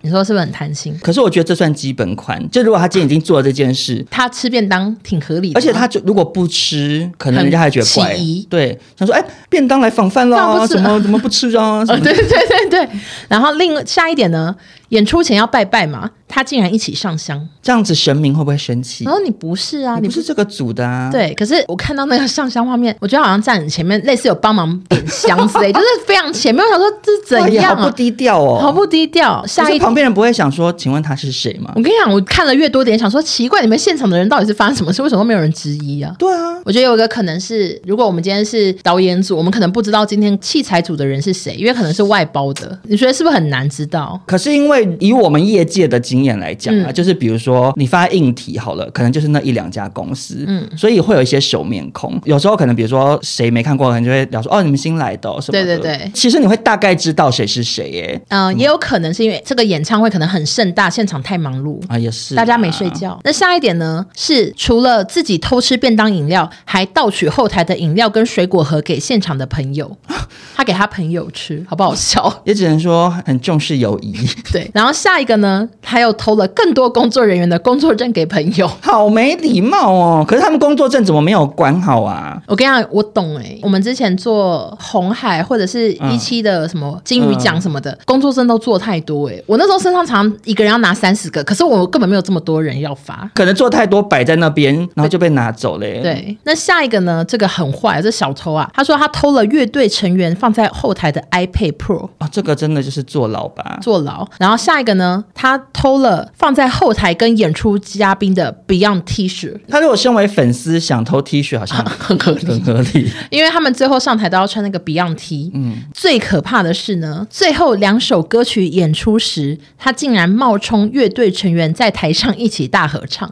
Speaker 3: 你说是不是很贪心？
Speaker 2: 可是我觉得这算基本款，就如果他今天已经做了这件事，
Speaker 3: 他吃便当挺合理的吗，
Speaker 2: 而且他就如果不吃，可能
Speaker 3: 啊很
Speaker 2: 人家还觉得怪
Speaker 3: 起疑，
Speaker 2: 对，想说哎，便当来防范啦，
Speaker 3: 那不吃
Speaker 2: 怎 么怎么不吃啊？什
Speaker 3: 呃，
Speaker 2: 么
Speaker 3: 对对对对。然后另下一点呢，演出前要拜拜嘛，他竟然一起上香。
Speaker 2: 这样子神明会不会生气
Speaker 3: 然？后你不是啊，
Speaker 2: 你
Speaker 3: 你
Speaker 2: 不是这个组的啊？，
Speaker 3: 对，可是我看到那个上香画面，我觉得好像站你前面，类似有帮忙点香之 类，就是非常前面。我想说这是
Speaker 2: 哇
Speaker 3: 怎
Speaker 2: 也
Speaker 3: 样
Speaker 2: 好
Speaker 3: 啊？
Speaker 2: 不低调哦，
Speaker 3: 好不低调。下
Speaker 2: 可
Speaker 3: 一嗯
Speaker 2: 是旁边人不会想说，请问他是谁吗
Speaker 3: 我？跟你讲，我看了越多点，想说奇怪，你们现场的人到底是发生什么事？为什么都没有人质疑啊？
Speaker 2: 对啊，
Speaker 3: 我觉得有一个可能是，如果我们今天是导演组，我们可能不知道今天器材组的人是谁，因为可能是外包的。你觉得是不是很难知道？
Speaker 2: 可是因为以我们业界的经验来讲啊，
Speaker 3: 嗯
Speaker 2: 就是比如说你发硬体好了，可能就是那一两家公司，嗯，所以会有一些熟面孔。有时候可能比如说谁没看过，可能就会聊说哦，你们新来的、哦、什么
Speaker 3: 对
Speaker 2: 的。
Speaker 3: 对对
Speaker 2: 其实你会大概知道谁是谁耶。
Speaker 3: 嗯，也有可能是因为这个演唱会可能很盛大，现场太忙碌。
Speaker 2: 啊，也是啊
Speaker 3: 大家没睡，觉。那下一点呢？是除了自己偷吃便当饮料，还盗取后台的饮料跟水果盒给现场的朋友，
Speaker 2: 啊
Speaker 3: 他给他朋友吃，好不好 笑？
Speaker 2: 也只能说很重视友谊，
Speaker 3: 对。然后下一个呢，他又偷了更多工作人员的工作证给朋友。
Speaker 2: 好没礼貌哦。可是他们工作证怎么没有管好啊？
Speaker 3: 我跟你讲，我懂哎、我们之前做红海或者是
Speaker 2: 嗯
Speaker 3: 一期的什么金鱼奖什么的，工作证都做太多哎、我那时候身上常常一个人要拿三十个，可是我根本没有这么多人要发。
Speaker 2: 可能做太多摆在那边，然后就被拿走嘞。，
Speaker 3: 对，那下一个呢？这个很坏，这小偷啊，他说他偷了乐队成员放在后台的 iPad Pro
Speaker 2: 哦，这个真的就是坐牢吧？
Speaker 3: 坐牢，然后下一个呢，他偷了放在后台跟演出嘉宾的 Beyond T 恤，
Speaker 2: 他如果身为粉丝想偷 T 恤，好像
Speaker 3: 很合理
Speaker 2: 很合理。
Speaker 3: 因为他们最后上台都要穿那个 Beyond T。嗯，最可怕的是呢，最后两首歌曲演出时，他竟然冒充乐队成员在台上一起大合 唱，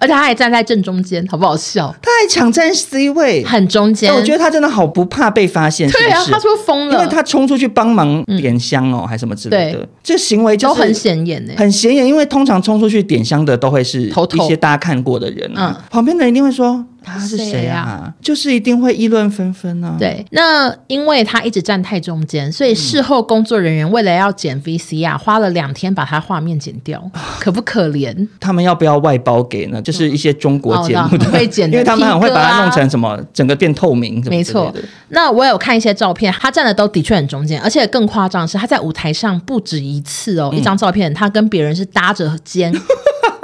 Speaker 3: 而且他还站在正中间，好不好笑？
Speaker 2: 他还抢占 C 位，
Speaker 3: 很中间，
Speaker 2: 哎我觉得他真的好不怕被发现，是不
Speaker 3: 对
Speaker 2: 是？
Speaker 3: 啊，他说疯
Speaker 2: 因
Speaker 3: 了，嗯
Speaker 2: 为他冲出去帮忙点香哦，还什么之类的
Speaker 3: 对，
Speaker 2: 这行为就
Speaker 3: 都
Speaker 2: 是
Speaker 3: 很显眼呢、
Speaker 2: 很显眼，因为通常冲出去点香的都会是
Speaker 3: 头头
Speaker 2: 一些大家看过的人啊，旁边的人一定会说他是谁
Speaker 3: 谁
Speaker 2: 啊
Speaker 3: 啊，
Speaker 2: 就是一定会议论纷纷啊。
Speaker 3: 对，那因为他一直站太中间，所以事后工作人员为了要剪 VCR，、花了两天把他画面剪掉，可不可怜？
Speaker 2: 他们要不要外包给呢？就是一些中国节目
Speaker 3: 哦
Speaker 2: 的
Speaker 3: 那会剪的
Speaker 2: 因为他们很会把
Speaker 3: 听歌
Speaker 2: 它
Speaker 3: 啊
Speaker 2: 弄成什么，整个变透明，
Speaker 3: 没错。那我有看一些照片，他站的都的确很中间，而且更夸张的是他在舞台上不止一次哦，一张照片他跟别人是搭着肩。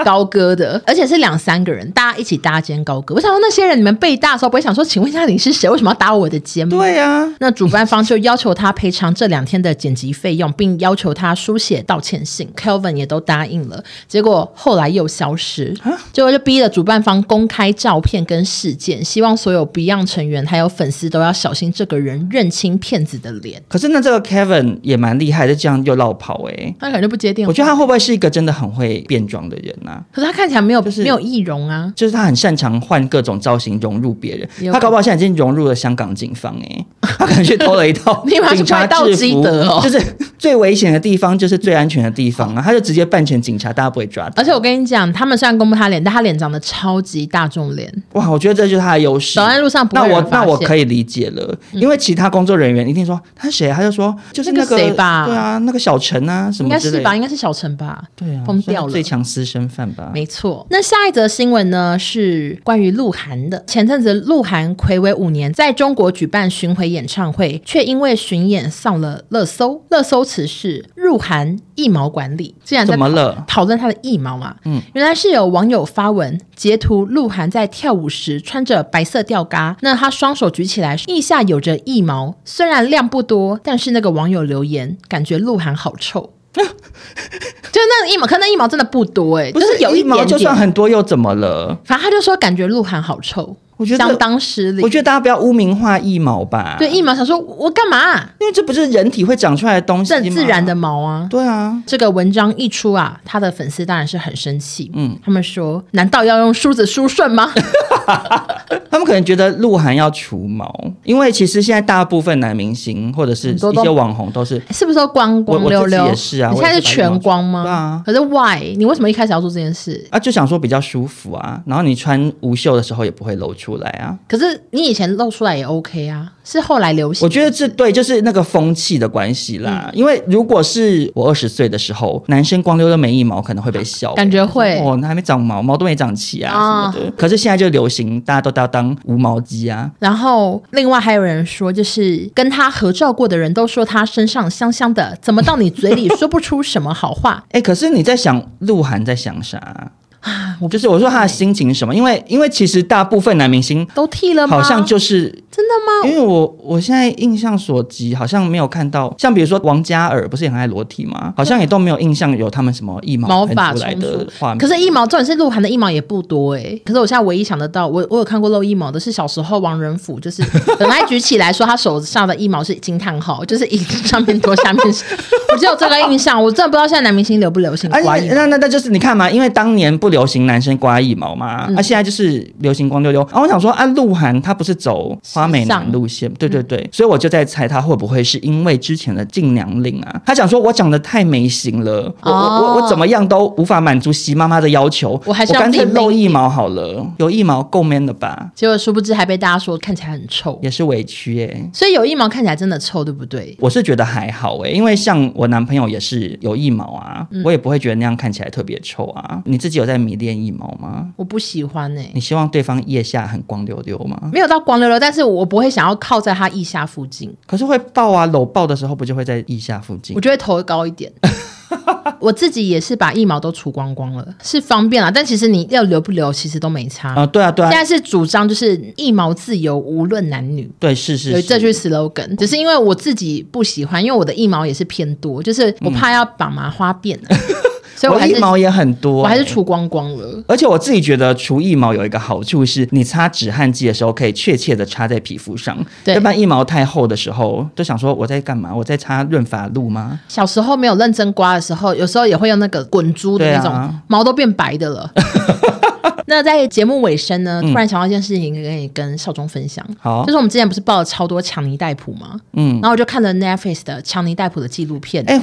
Speaker 3: 高歌的，而且是两三个人，大家一起搭肩高歌。我想说那些人，你们被搭的时候不会想说，请问一下你是谁？为什么要搭我的肩吗？
Speaker 2: 对啊呀、
Speaker 3: 那主办方就要求他赔偿这两天的剪辑费用，并要求他书写道歉信。Kelvin 也都答应了，结果后来又消失，
Speaker 2: 啊
Speaker 3: 结果就逼了主办方公开照片跟事件，希望所有 Beyond 成员还有粉丝都要小心这个人，认清骗子的脸。
Speaker 2: 可是呢，这个 Kevin 也蛮厉害的，这样又绕跑哎、
Speaker 3: 他可能就不接电话。
Speaker 2: 我觉得他会不会是一个真的很会变装的人啊？
Speaker 3: 可是他看起来没有、
Speaker 2: 就是
Speaker 3: 没有易容啊，
Speaker 2: 就是他很擅长换各种造型融入别人
Speaker 3: 有，
Speaker 2: 他搞不好现在已经融入了香港警方哎、 他可能去偷了一套
Speaker 3: 你把他
Speaker 2: 警察
Speaker 3: 怪到
Speaker 2: 制
Speaker 3: 基
Speaker 2: 服，
Speaker 3: 德哦
Speaker 2: 就是最危险的地方就是最安全的地方啊，他就直接扮成警察，大家不会抓他。
Speaker 3: 而且我跟你讲，他们虽然公布他脸，但他脸长得超级大众脸，
Speaker 2: 哇，我觉得这就是他的优势
Speaker 3: 走。在路上不
Speaker 2: 那
Speaker 3: 会有
Speaker 2: 我
Speaker 3: 人
Speaker 2: 那
Speaker 3: 发
Speaker 2: 我
Speaker 3: 现嗯
Speaker 2: 可以理解了，因为其他工作人员一定说他是谁啊，他就说就是
Speaker 3: 那个
Speaker 2: 个
Speaker 3: 谁吧
Speaker 2: 对啊，那个小陈啊什
Speaker 3: 应
Speaker 2: 么
Speaker 3: 该
Speaker 2: 之
Speaker 3: 是
Speaker 2: 类
Speaker 3: 吧，
Speaker 2: 的，
Speaker 3: 应该是小陈吧。
Speaker 2: 对啊，
Speaker 3: 疯掉
Speaker 2: 算是
Speaker 3: 了
Speaker 2: 最强私生饭吧。
Speaker 3: 没错，那下一则新闻呢是关于鹿晗的。前阵子，鹿晗暌违五年在中国举办巡回演唱会，却因为巡演上了热搜。热搜词是“鹿晗一毛管理”，竟然在
Speaker 2: 怎么了？
Speaker 3: 讨论他的腋毛嘛。嗯，原来是有网友发文截图鹿晗在跳舞时穿着白色吊嘎，那他双手举起来，腋下有着腋毛，虽然量不多，但是那个网友留言感觉鹿晗好 臭。就那腋毛，可那腋毛真的不多哎、
Speaker 2: 不
Speaker 3: 就是是有
Speaker 2: 一毛
Speaker 3: 点
Speaker 2: 就算
Speaker 3: 点。
Speaker 2: 很多又怎么了？
Speaker 3: 反正他就说感觉鹿晗好臭，
Speaker 2: 我觉得
Speaker 3: 相当失礼。
Speaker 2: 我觉得大家不要污名化一毛吧，
Speaker 3: 对，腋毛想说我干嘛、啊
Speaker 2: 因为这不是人体会长出来的东西
Speaker 3: 这
Speaker 2: 吗
Speaker 3: 很自然的。毛啊。
Speaker 2: 对啊，
Speaker 3: 这个文章一出啊，他的粉丝当然是很生气。嗯
Speaker 2: 嗯，
Speaker 3: 他们说：“难道要用梳子梳顺吗？”
Speaker 2: 他们可能觉得鹿晗要除毛，因为其实现在大部分男明星或者是
Speaker 3: 很多
Speaker 2: 一
Speaker 3: 都
Speaker 2: 些网红都是
Speaker 3: 是不是都光光
Speaker 2: 我我自己
Speaker 3: 溜溜？
Speaker 2: 也是啊
Speaker 3: 你现在
Speaker 2: 我
Speaker 3: 是
Speaker 2: 也是白
Speaker 3: 全光吗？
Speaker 2: 对啊
Speaker 3: 可是 why？你为什么一开始要做这件事？
Speaker 2: 啊，就想说比较舒服啊，然后你穿无袖的时候也不会露出来啊。
Speaker 3: 可是你以前露出来也 OK 啊，是后来流行。嗯
Speaker 2: 我觉得这对就是那个风气的关系啦，因为如果是我二十岁的时候，男生光溜溜没一毛可能会被笑，
Speaker 3: 感觉会
Speaker 2: 哦，那还没长毛，毛都没长齐啊
Speaker 3: 啊
Speaker 2: 什么的。可是现在就流行，大家都要当无毛鸡啊，
Speaker 3: 然后另外还有人说，就是跟他合照过的人都说他身上香香的，怎么到你嘴里说不出什么好话？
Speaker 2: 哎、可是你在想鹿晗在想啥啊？
Speaker 3: 我
Speaker 2: 就是我说他
Speaker 3: 欸
Speaker 2: 的心情是什么，因为因为其实大部分男明星
Speaker 3: 都剃了吗？
Speaker 2: 好像就是。
Speaker 3: 真的吗？
Speaker 2: 因为我我现在印象所及，好像没有看到，像比如说王嘉尔不是也很爱裸体吗？好像也都没有印象有他们什么一毛
Speaker 3: 毛
Speaker 2: 喷
Speaker 3: 发
Speaker 2: 出来
Speaker 3: 冲
Speaker 2: 的画面。
Speaker 3: 可是一毛，重点是鹿晗的一毛也不多哎、可是我现在唯一想得到，我我有看过露一毛的是小时候王仁甫，就是本来举起来说他手上的一毛是惊叹号，就是一上面多下面少，我只有这个印象，我真的不知道现在男明星流不流行
Speaker 2: 啊，因
Speaker 3: 刮
Speaker 2: 为
Speaker 3: 一毛。
Speaker 2: 那那那就是你看嘛，因为当年不流行男生刮腋毛嘛，
Speaker 3: 嗯
Speaker 2: 啊，现在就是流行光溜溜。啊，我想说，啊，鹿晗他不是走花美男路线，对对
Speaker 3: 嗯
Speaker 2: 对，所以我就在猜他会不会是因为之前的禁娘令啊，他想说我长得太美型了，我我我我怎么样都无法满足习妈妈的要求，
Speaker 3: 哦我还是要
Speaker 2: 干脆
Speaker 3: 避免
Speaker 2: 露腋毛好了，有腋毛够 man 了吧，
Speaker 3: 结果殊不知还被大家说看起来很臭，
Speaker 2: 也是委屈哎、
Speaker 3: 所以有一毛看起来真的臭，对不对？
Speaker 2: 我是觉得还好诶、因为像我男朋友也是有腋毛啊，
Speaker 3: 嗯
Speaker 2: 我也不会觉得那样看起来特别臭啊。你自己有在迷恋腋毛吗？
Speaker 3: 我不喜欢哎、
Speaker 2: 你希望对方腋下很光溜溜吗？
Speaker 3: 没有到光溜溜，但是我不会想要靠在他腋下附近。
Speaker 2: 可是会抱啊，搂抱的时候不就会在腋下附近
Speaker 3: 我？就会头会高一点。 我自己也是把腋毛都除光光了，是方便啦。但其实你要留不留，其实都没差。
Speaker 2: 啊、对啊，对
Speaker 3: 现在
Speaker 2: 啊，
Speaker 3: 是主张就是腋毛自由，无论男女。
Speaker 2: 对，是是
Speaker 3: 有
Speaker 2: 是，
Speaker 3: 这句 slogan，只是因为我自己不喜欢，因为我的腋毛也是偏多，就是我怕要把麻花辫 啊、所以我
Speaker 2: 嗯我
Speaker 3: 还是
Speaker 2: 腋毛也很多、
Speaker 3: 我还是
Speaker 2: 欸
Speaker 3: 除光光了。
Speaker 2: 而且我自己觉得除腋毛有一个好处是，你擦止汗剂的时候可以确切的擦在皮肤上，
Speaker 3: 对
Speaker 2: 要不然腋毛太厚的时候，就想说我在干嘛？我在擦润发露吗？
Speaker 3: 小时候没有认真刮的时候，有时候也会用那个滚珠的那种，
Speaker 2: 对啊
Speaker 3: 毛都变白的 了。那在节目尾声呢，突然想到一件事情，可以跟少中分享。
Speaker 2: 嗯好
Speaker 3: 就是我们之前不是报了超多强尼戴普吗？嗯，然后我就看了 Netflix 的强尼戴普的纪录片。
Speaker 2: 哎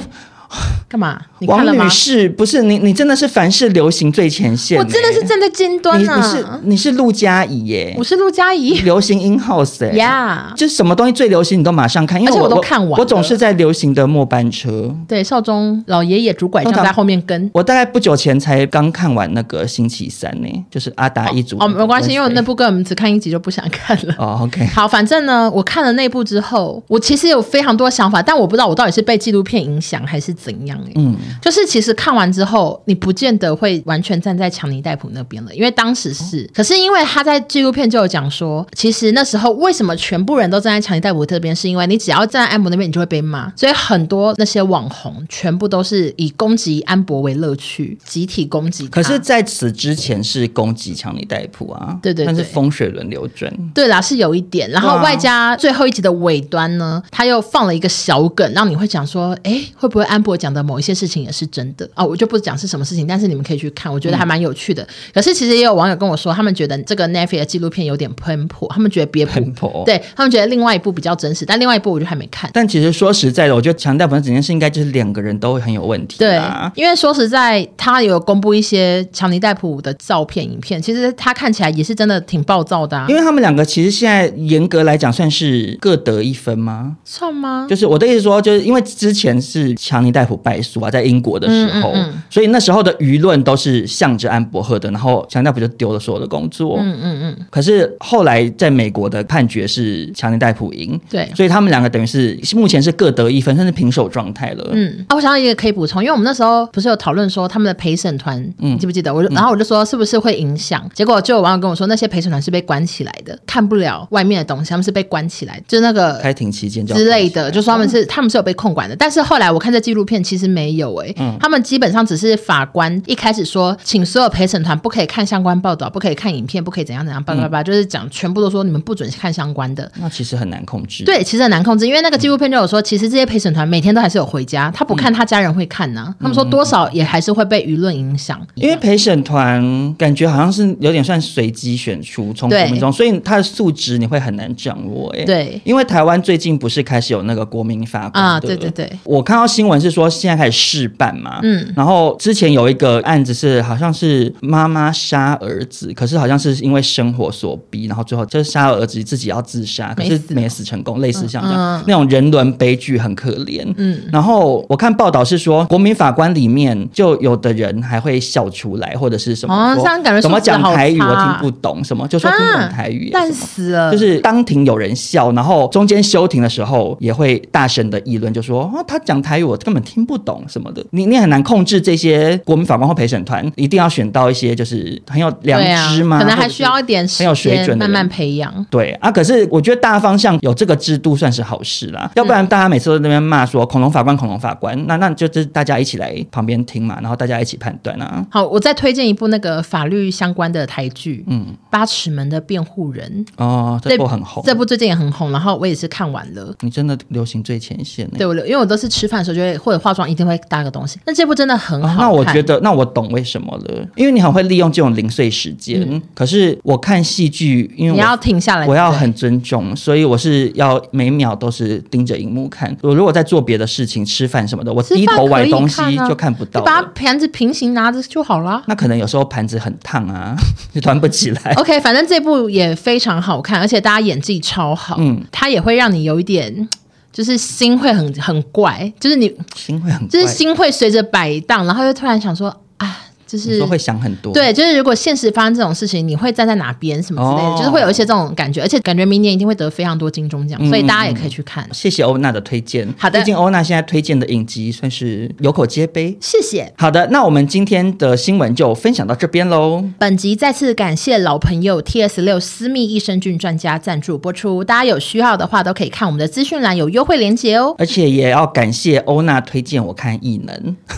Speaker 3: 干嘛？你看
Speaker 2: 王
Speaker 3: 了吗
Speaker 2: 女？士，不是你，你真的是凡事流行最前线、
Speaker 3: 我真的是
Speaker 2: 欸
Speaker 3: 站在尖端
Speaker 2: 你你是
Speaker 3: 啊！
Speaker 2: 你是陆嘉怡耶
Speaker 3: 我，是陆佳怡
Speaker 2: 流行 in house 哎、
Speaker 3: 呀。
Speaker 2: 就是什么东西最流行，你都马上看，因为
Speaker 3: 啊而且我
Speaker 2: 我
Speaker 3: 都看完了
Speaker 2: 我，我总是在流行的末班车。
Speaker 3: 对，少中老爷爷拄拐杖
Speaker 2: 通常
Speaker 3: 在后面跟。
Speaker 2: 我大概不久前才刚看完那个星期三呢、就是阿达一族
Speaker 3: 哦，没关系，因为我那
Speaker 2: 部
Speaker 3: 部歌我们只看一集就不想看了。
Speaker 2: 哦，OK，
Speaker 3: 好，反正呢，我看了那部之后，我其实有非常多想法，但我不知道我到底是被纪录片影响还是怎样、欸。嗯，就是其实看完之后，你不见得会完全站在强尼戴普那边了，因为当时
Speaker 2: 哦
Speaker 3: 是，可是因为他在纪录片就有讲说，其实那时候为什么全部人都站在强尼戴普这边，是因为你只要站在安博那边，你就会被骂，所以很多那些网红全部都是以攻击安博为乐趣，集体攻击他。
Speaker 2: 可是在此之前是攻击强尼戴普啊，
Speaker 3: 对对对
Speaker 2: 但是风水轮流转。
Speaker 3: 对啦，是有一点，然后
Speaker 2: 对啊
Speaker 3: 外加最后一集的尾端呢，他又放了一个小梗，让你会讲说，哎，会不会安博讲的某一些事情也是真的啊、我就不讲是什么事情，但是你们可以去看，我觉得还蛮有趣的。可是其实也有网友跟我说，他们觉得这个 n e t f l i 的纪录片有点喷破，他们觉得别
Speaker 2: 喷破
Speaker 3: 对他们觉得另外一部比较真实，但另外一部我就还没看。
Speaker 2: 但其实说实在的，我觉得强大本身整件事应该就是两个人都很有问题
Speaker 3: 对
Speaker 2: 啊，。
Speaker 3: 因为说实在，他有公布一些强尼戴普的照片、影片，其实他看起来也是真的挺暴躁的、啊，
Speaker 2: 因为他们两个其实现在严格来讲算是各得一分吗？
Speaker 3: 算吗？
Speaker 2: 就是我的意思说，就是因为之前是强尼戴普败诉啊，在英国的时候，
Speaker 3: 嗯嗯嗯
Speaker 2: 所以那时候的舆论都是向着安伯赫的，然后强尼戴普就丢了所有的工作。
Speaker 3: 嗯嗯嗯，
Speaker 2: 可是后来在美国的判决是强尼戴普赢，
Speaker 3: 对。
Speaker 2: 所以他们两个等于是目前是各得一分，甚至平手状态了。
Speaker 3: 嗯，啊，我想到一个可以补充，因为我们那时候不是有讨论说他们的陪审团，
Speaker 2: 嗯
Speaker 3: 你记不记得？我就然后我就说是不是会影响？结果就有网友跟我说，那些陪审团是被关起来的，看不了外面的东西，他们是被关起来的，就那个
Speaker 2: 开庭嗯期间就要
Speaker 3: 之类
Speaker 2: 关起来
Speaker 3: 的，就说他们是他们是有被控管的，但是后来我看这纪录片其实没有诶、
Speaker 2: 嗯
Speaker 3: 他们基本上只是法官一开始说，请所有陪审团不可以看相关报道，不可以看影片，不可以怎样怎样，叭叭
Speaker 2: 嗯
Speaker 3: 叭，就是讲全部都说你们不准看相关的，
Speaker 2: 那其实很难控制。
Speaker 3: 对，其实很难控制，因为那个纪录片就有说，其实这些陪审团每天都还是有回家，他不看，他家人会看呐、他们说多少也还是会被舆论影响，
Speaker 2: 因为陪审团感觉好像是有点算随机选出从国
Speaker 3: 对
Speaker 2: 民中，所以他的素质你会很难掌握、欸。
Speaker 3: 对
Speaker 2: 因为台湾最近不是开始有那个国民法官
Speaker 3: 啊
Speaker 2: 的
Speaker 3: 对对对，
Speaker 2: 我看到新闻是说现在开始试办嘛，嗯，然后之前有一个案子是好像是妈妈杀儿子，可是好像是因为生活所逼，然后最后就是杀了儿子自己要自杀，可
Speaker 3: 没
Speaker 2: 是
Speaker 3: 死嗯
Speaker 2: 没死成功，类似像这样、那种人伦悲剧很可怜，嗯，然后我看报道是说国民法官里面就有的人还会笑出来或者是什么，
Speaker 3: 哦
Speaker 2: 说
Speaker 3: 这样感觉
Speaker 2: 怎么
Speaker 3: 素质
Speaker 2: 讲
Speaker 3: 好
Speaker 2: 台语
Speaker 3: 差
Speaker 2: 我
Speaker 3: 啊
Speaker 2: 听不懂，什么就说听不懂台语、啊
Speaker 3: 烂
Speaker 2: 什么
Speaker 3: 死了，
Speaker 2: 就是当庭有人笑，然后中间休庭的时候也会大声的议论，就说啊，他讲台语我根本听不懂什么的。你你很难控制这些国民法官或陪审团，一定要选到一些就是很有良
Speaker 3: 对啊
Speaker 2: 知嘛，
Speaker 3: 可能还
Speaker 2: 或者是
Speaker 3: 需要一点时
Speaker 2: 很有水
Speaker 3: 间
Speaker 2: 准的
Speaker 3: 慢
Speaker 2: 人
Speaker 3: 慢培养。
Speaker 2: 对啊，可是我觉得大方向有这个制度算是好事啦，要不然大家每次都在那边骂说恐龙法官、恐龙法官，那那就是大家一起来旁边听嘛，然后大家一起判断啊。
Speaker 3: 好，我再推荐一部那个法律相关的台剧，嗯，《八尺门的辩护人》
Speaker 2: 哦，这部很红，
Speaker 3: 这部最近也很红，然后我也是看完了。
Speaker 2: 你真的流行最前线呢、
Speaker 3: 对，我因为我都是吃饭的时候就会或者化妆一定会搭个东西，哦那这部真的很好
Speaker 2: 啊
Speaker 3: 看。
Speaker 2: 那我觉得，那我懂为什么了，因为你很会利用这种零碎时间。可是我看戏剧，因为
Speaker 3: 嗯你
Speaker 2: 我
Speaker 3: 要停下来，
Speaker 2: 我要
Speaker 3: 对不对
Speaker 2: 很尊重，所以我是要每秒都是盯着荧幕看。我如果在做别的事情、吃饭什么的，我
Speaker 3: 吃
Speaker 2: 低
Speaker 3: 饭
Speaker 2: 头
Speaker 3: 可
Speaker 2: 玩
Speaker 3: 以
Speaker 2: 东西
Speaker 3: 啊
Speaker 2: 就看不到
Speaker 3: 就把
Speaker 2: 了。
Speaker 3: 盘子平行拿着就好啦。
Speaker 2: 那可能有时候盘子很烫啊， 就端不起来。
Speaker 3: OK，反正这部也非常好看，而且大家演技超好，嗯，它也会让你有一点，就是心会很很怪，就是你
Speaker 2: 心会很怪，
Speaker 3: 就是心会随着摆荡，然后又突然想说啊，就
Speaker 2: 你
Speaker 3: 是
Speaker 2: 说会想很多。
Speaker 3: 对，就是如果现实发生这种事情，你会站在哪边什么之类的，
Speaker 2: 哦嗯
Speaker 3: 就是会有一些这种感觉，而且感觉明年一定会得非常多金钟奖，所以大家也可以去看。
Speaker 2: 谢谢欧娜的推荐。
Speaker 3: 好的
Speaker 2: 毕竟欧娜现在推荐的影集算是有口皆碑。
Speaker 3: 谢谢。
Speaker 2: 好的，那我们今天的新闻就分享到这边喽。
Speaker 3: 本集再次感谢老朋友 TS 六私密益生菌专家赞助播出，大家有需要的话都可以看我们的资讯栏有优惠链接 哦，
Speaker 2: 而且也要感谢欧娜推荐我看《异能》，。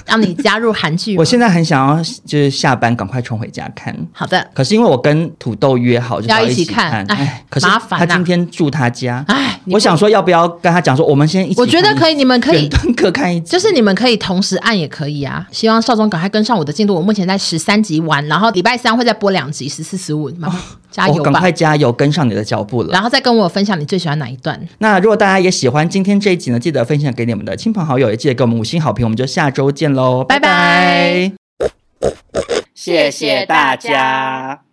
Speaker 3: 让你加入韩剧
Speaker 2: 我现在很想要就是下班赶快冲回家看。
Speaker 3: 好的，
Speaker 2: 可是因为我跟土豆约好就是
Speaker 3: 要一
Speaker 2: 一
Speaker 3: 起
Speaker 2: 看，
Speaker 3: 看
Speaker 2: 哎
Speaker 3: 哎，
Speaker 2: 可是
Speaker 3: 麻烦
Speaker 2: 他
Speaker 3: 啊
Speaker 2: 今天住他家，
Speaker 3: 哎，你
Speaker 2: 我想说要不要跟他讲说，我们先一起看
Speaker 3: 我
Speaker 2: 一，
Speaker 3: 觉得可以，你们可
Speaker 2: 远
Speaker 3: 以。
Speaker 2: 端各看一集，
Speaker 3: 就是你们可以同时按也可以啊，希望少总赶快跟上我的进度。我目前在十三集完，然后礼拜三会再播两集，十四、十五，麻烦加
Speaker 2: 我
Speaker 3: 油
Speaker 2: 哦赶
Speaker 3: 吧
Speaker 2: 快！加油，跟上你的脚步了。
Speaker 3: 然后再跟我分享你最喜欢哪一段。
Speaker 2: 那如果大家也喜欢今天这一集呢，记得分享给你们的亲朋好友，也记得给我们五星好评。我们就下周见喽，
Speaker 3: 拜拜
Speaker 2: 拜
Speaker 1: 谢谢大家。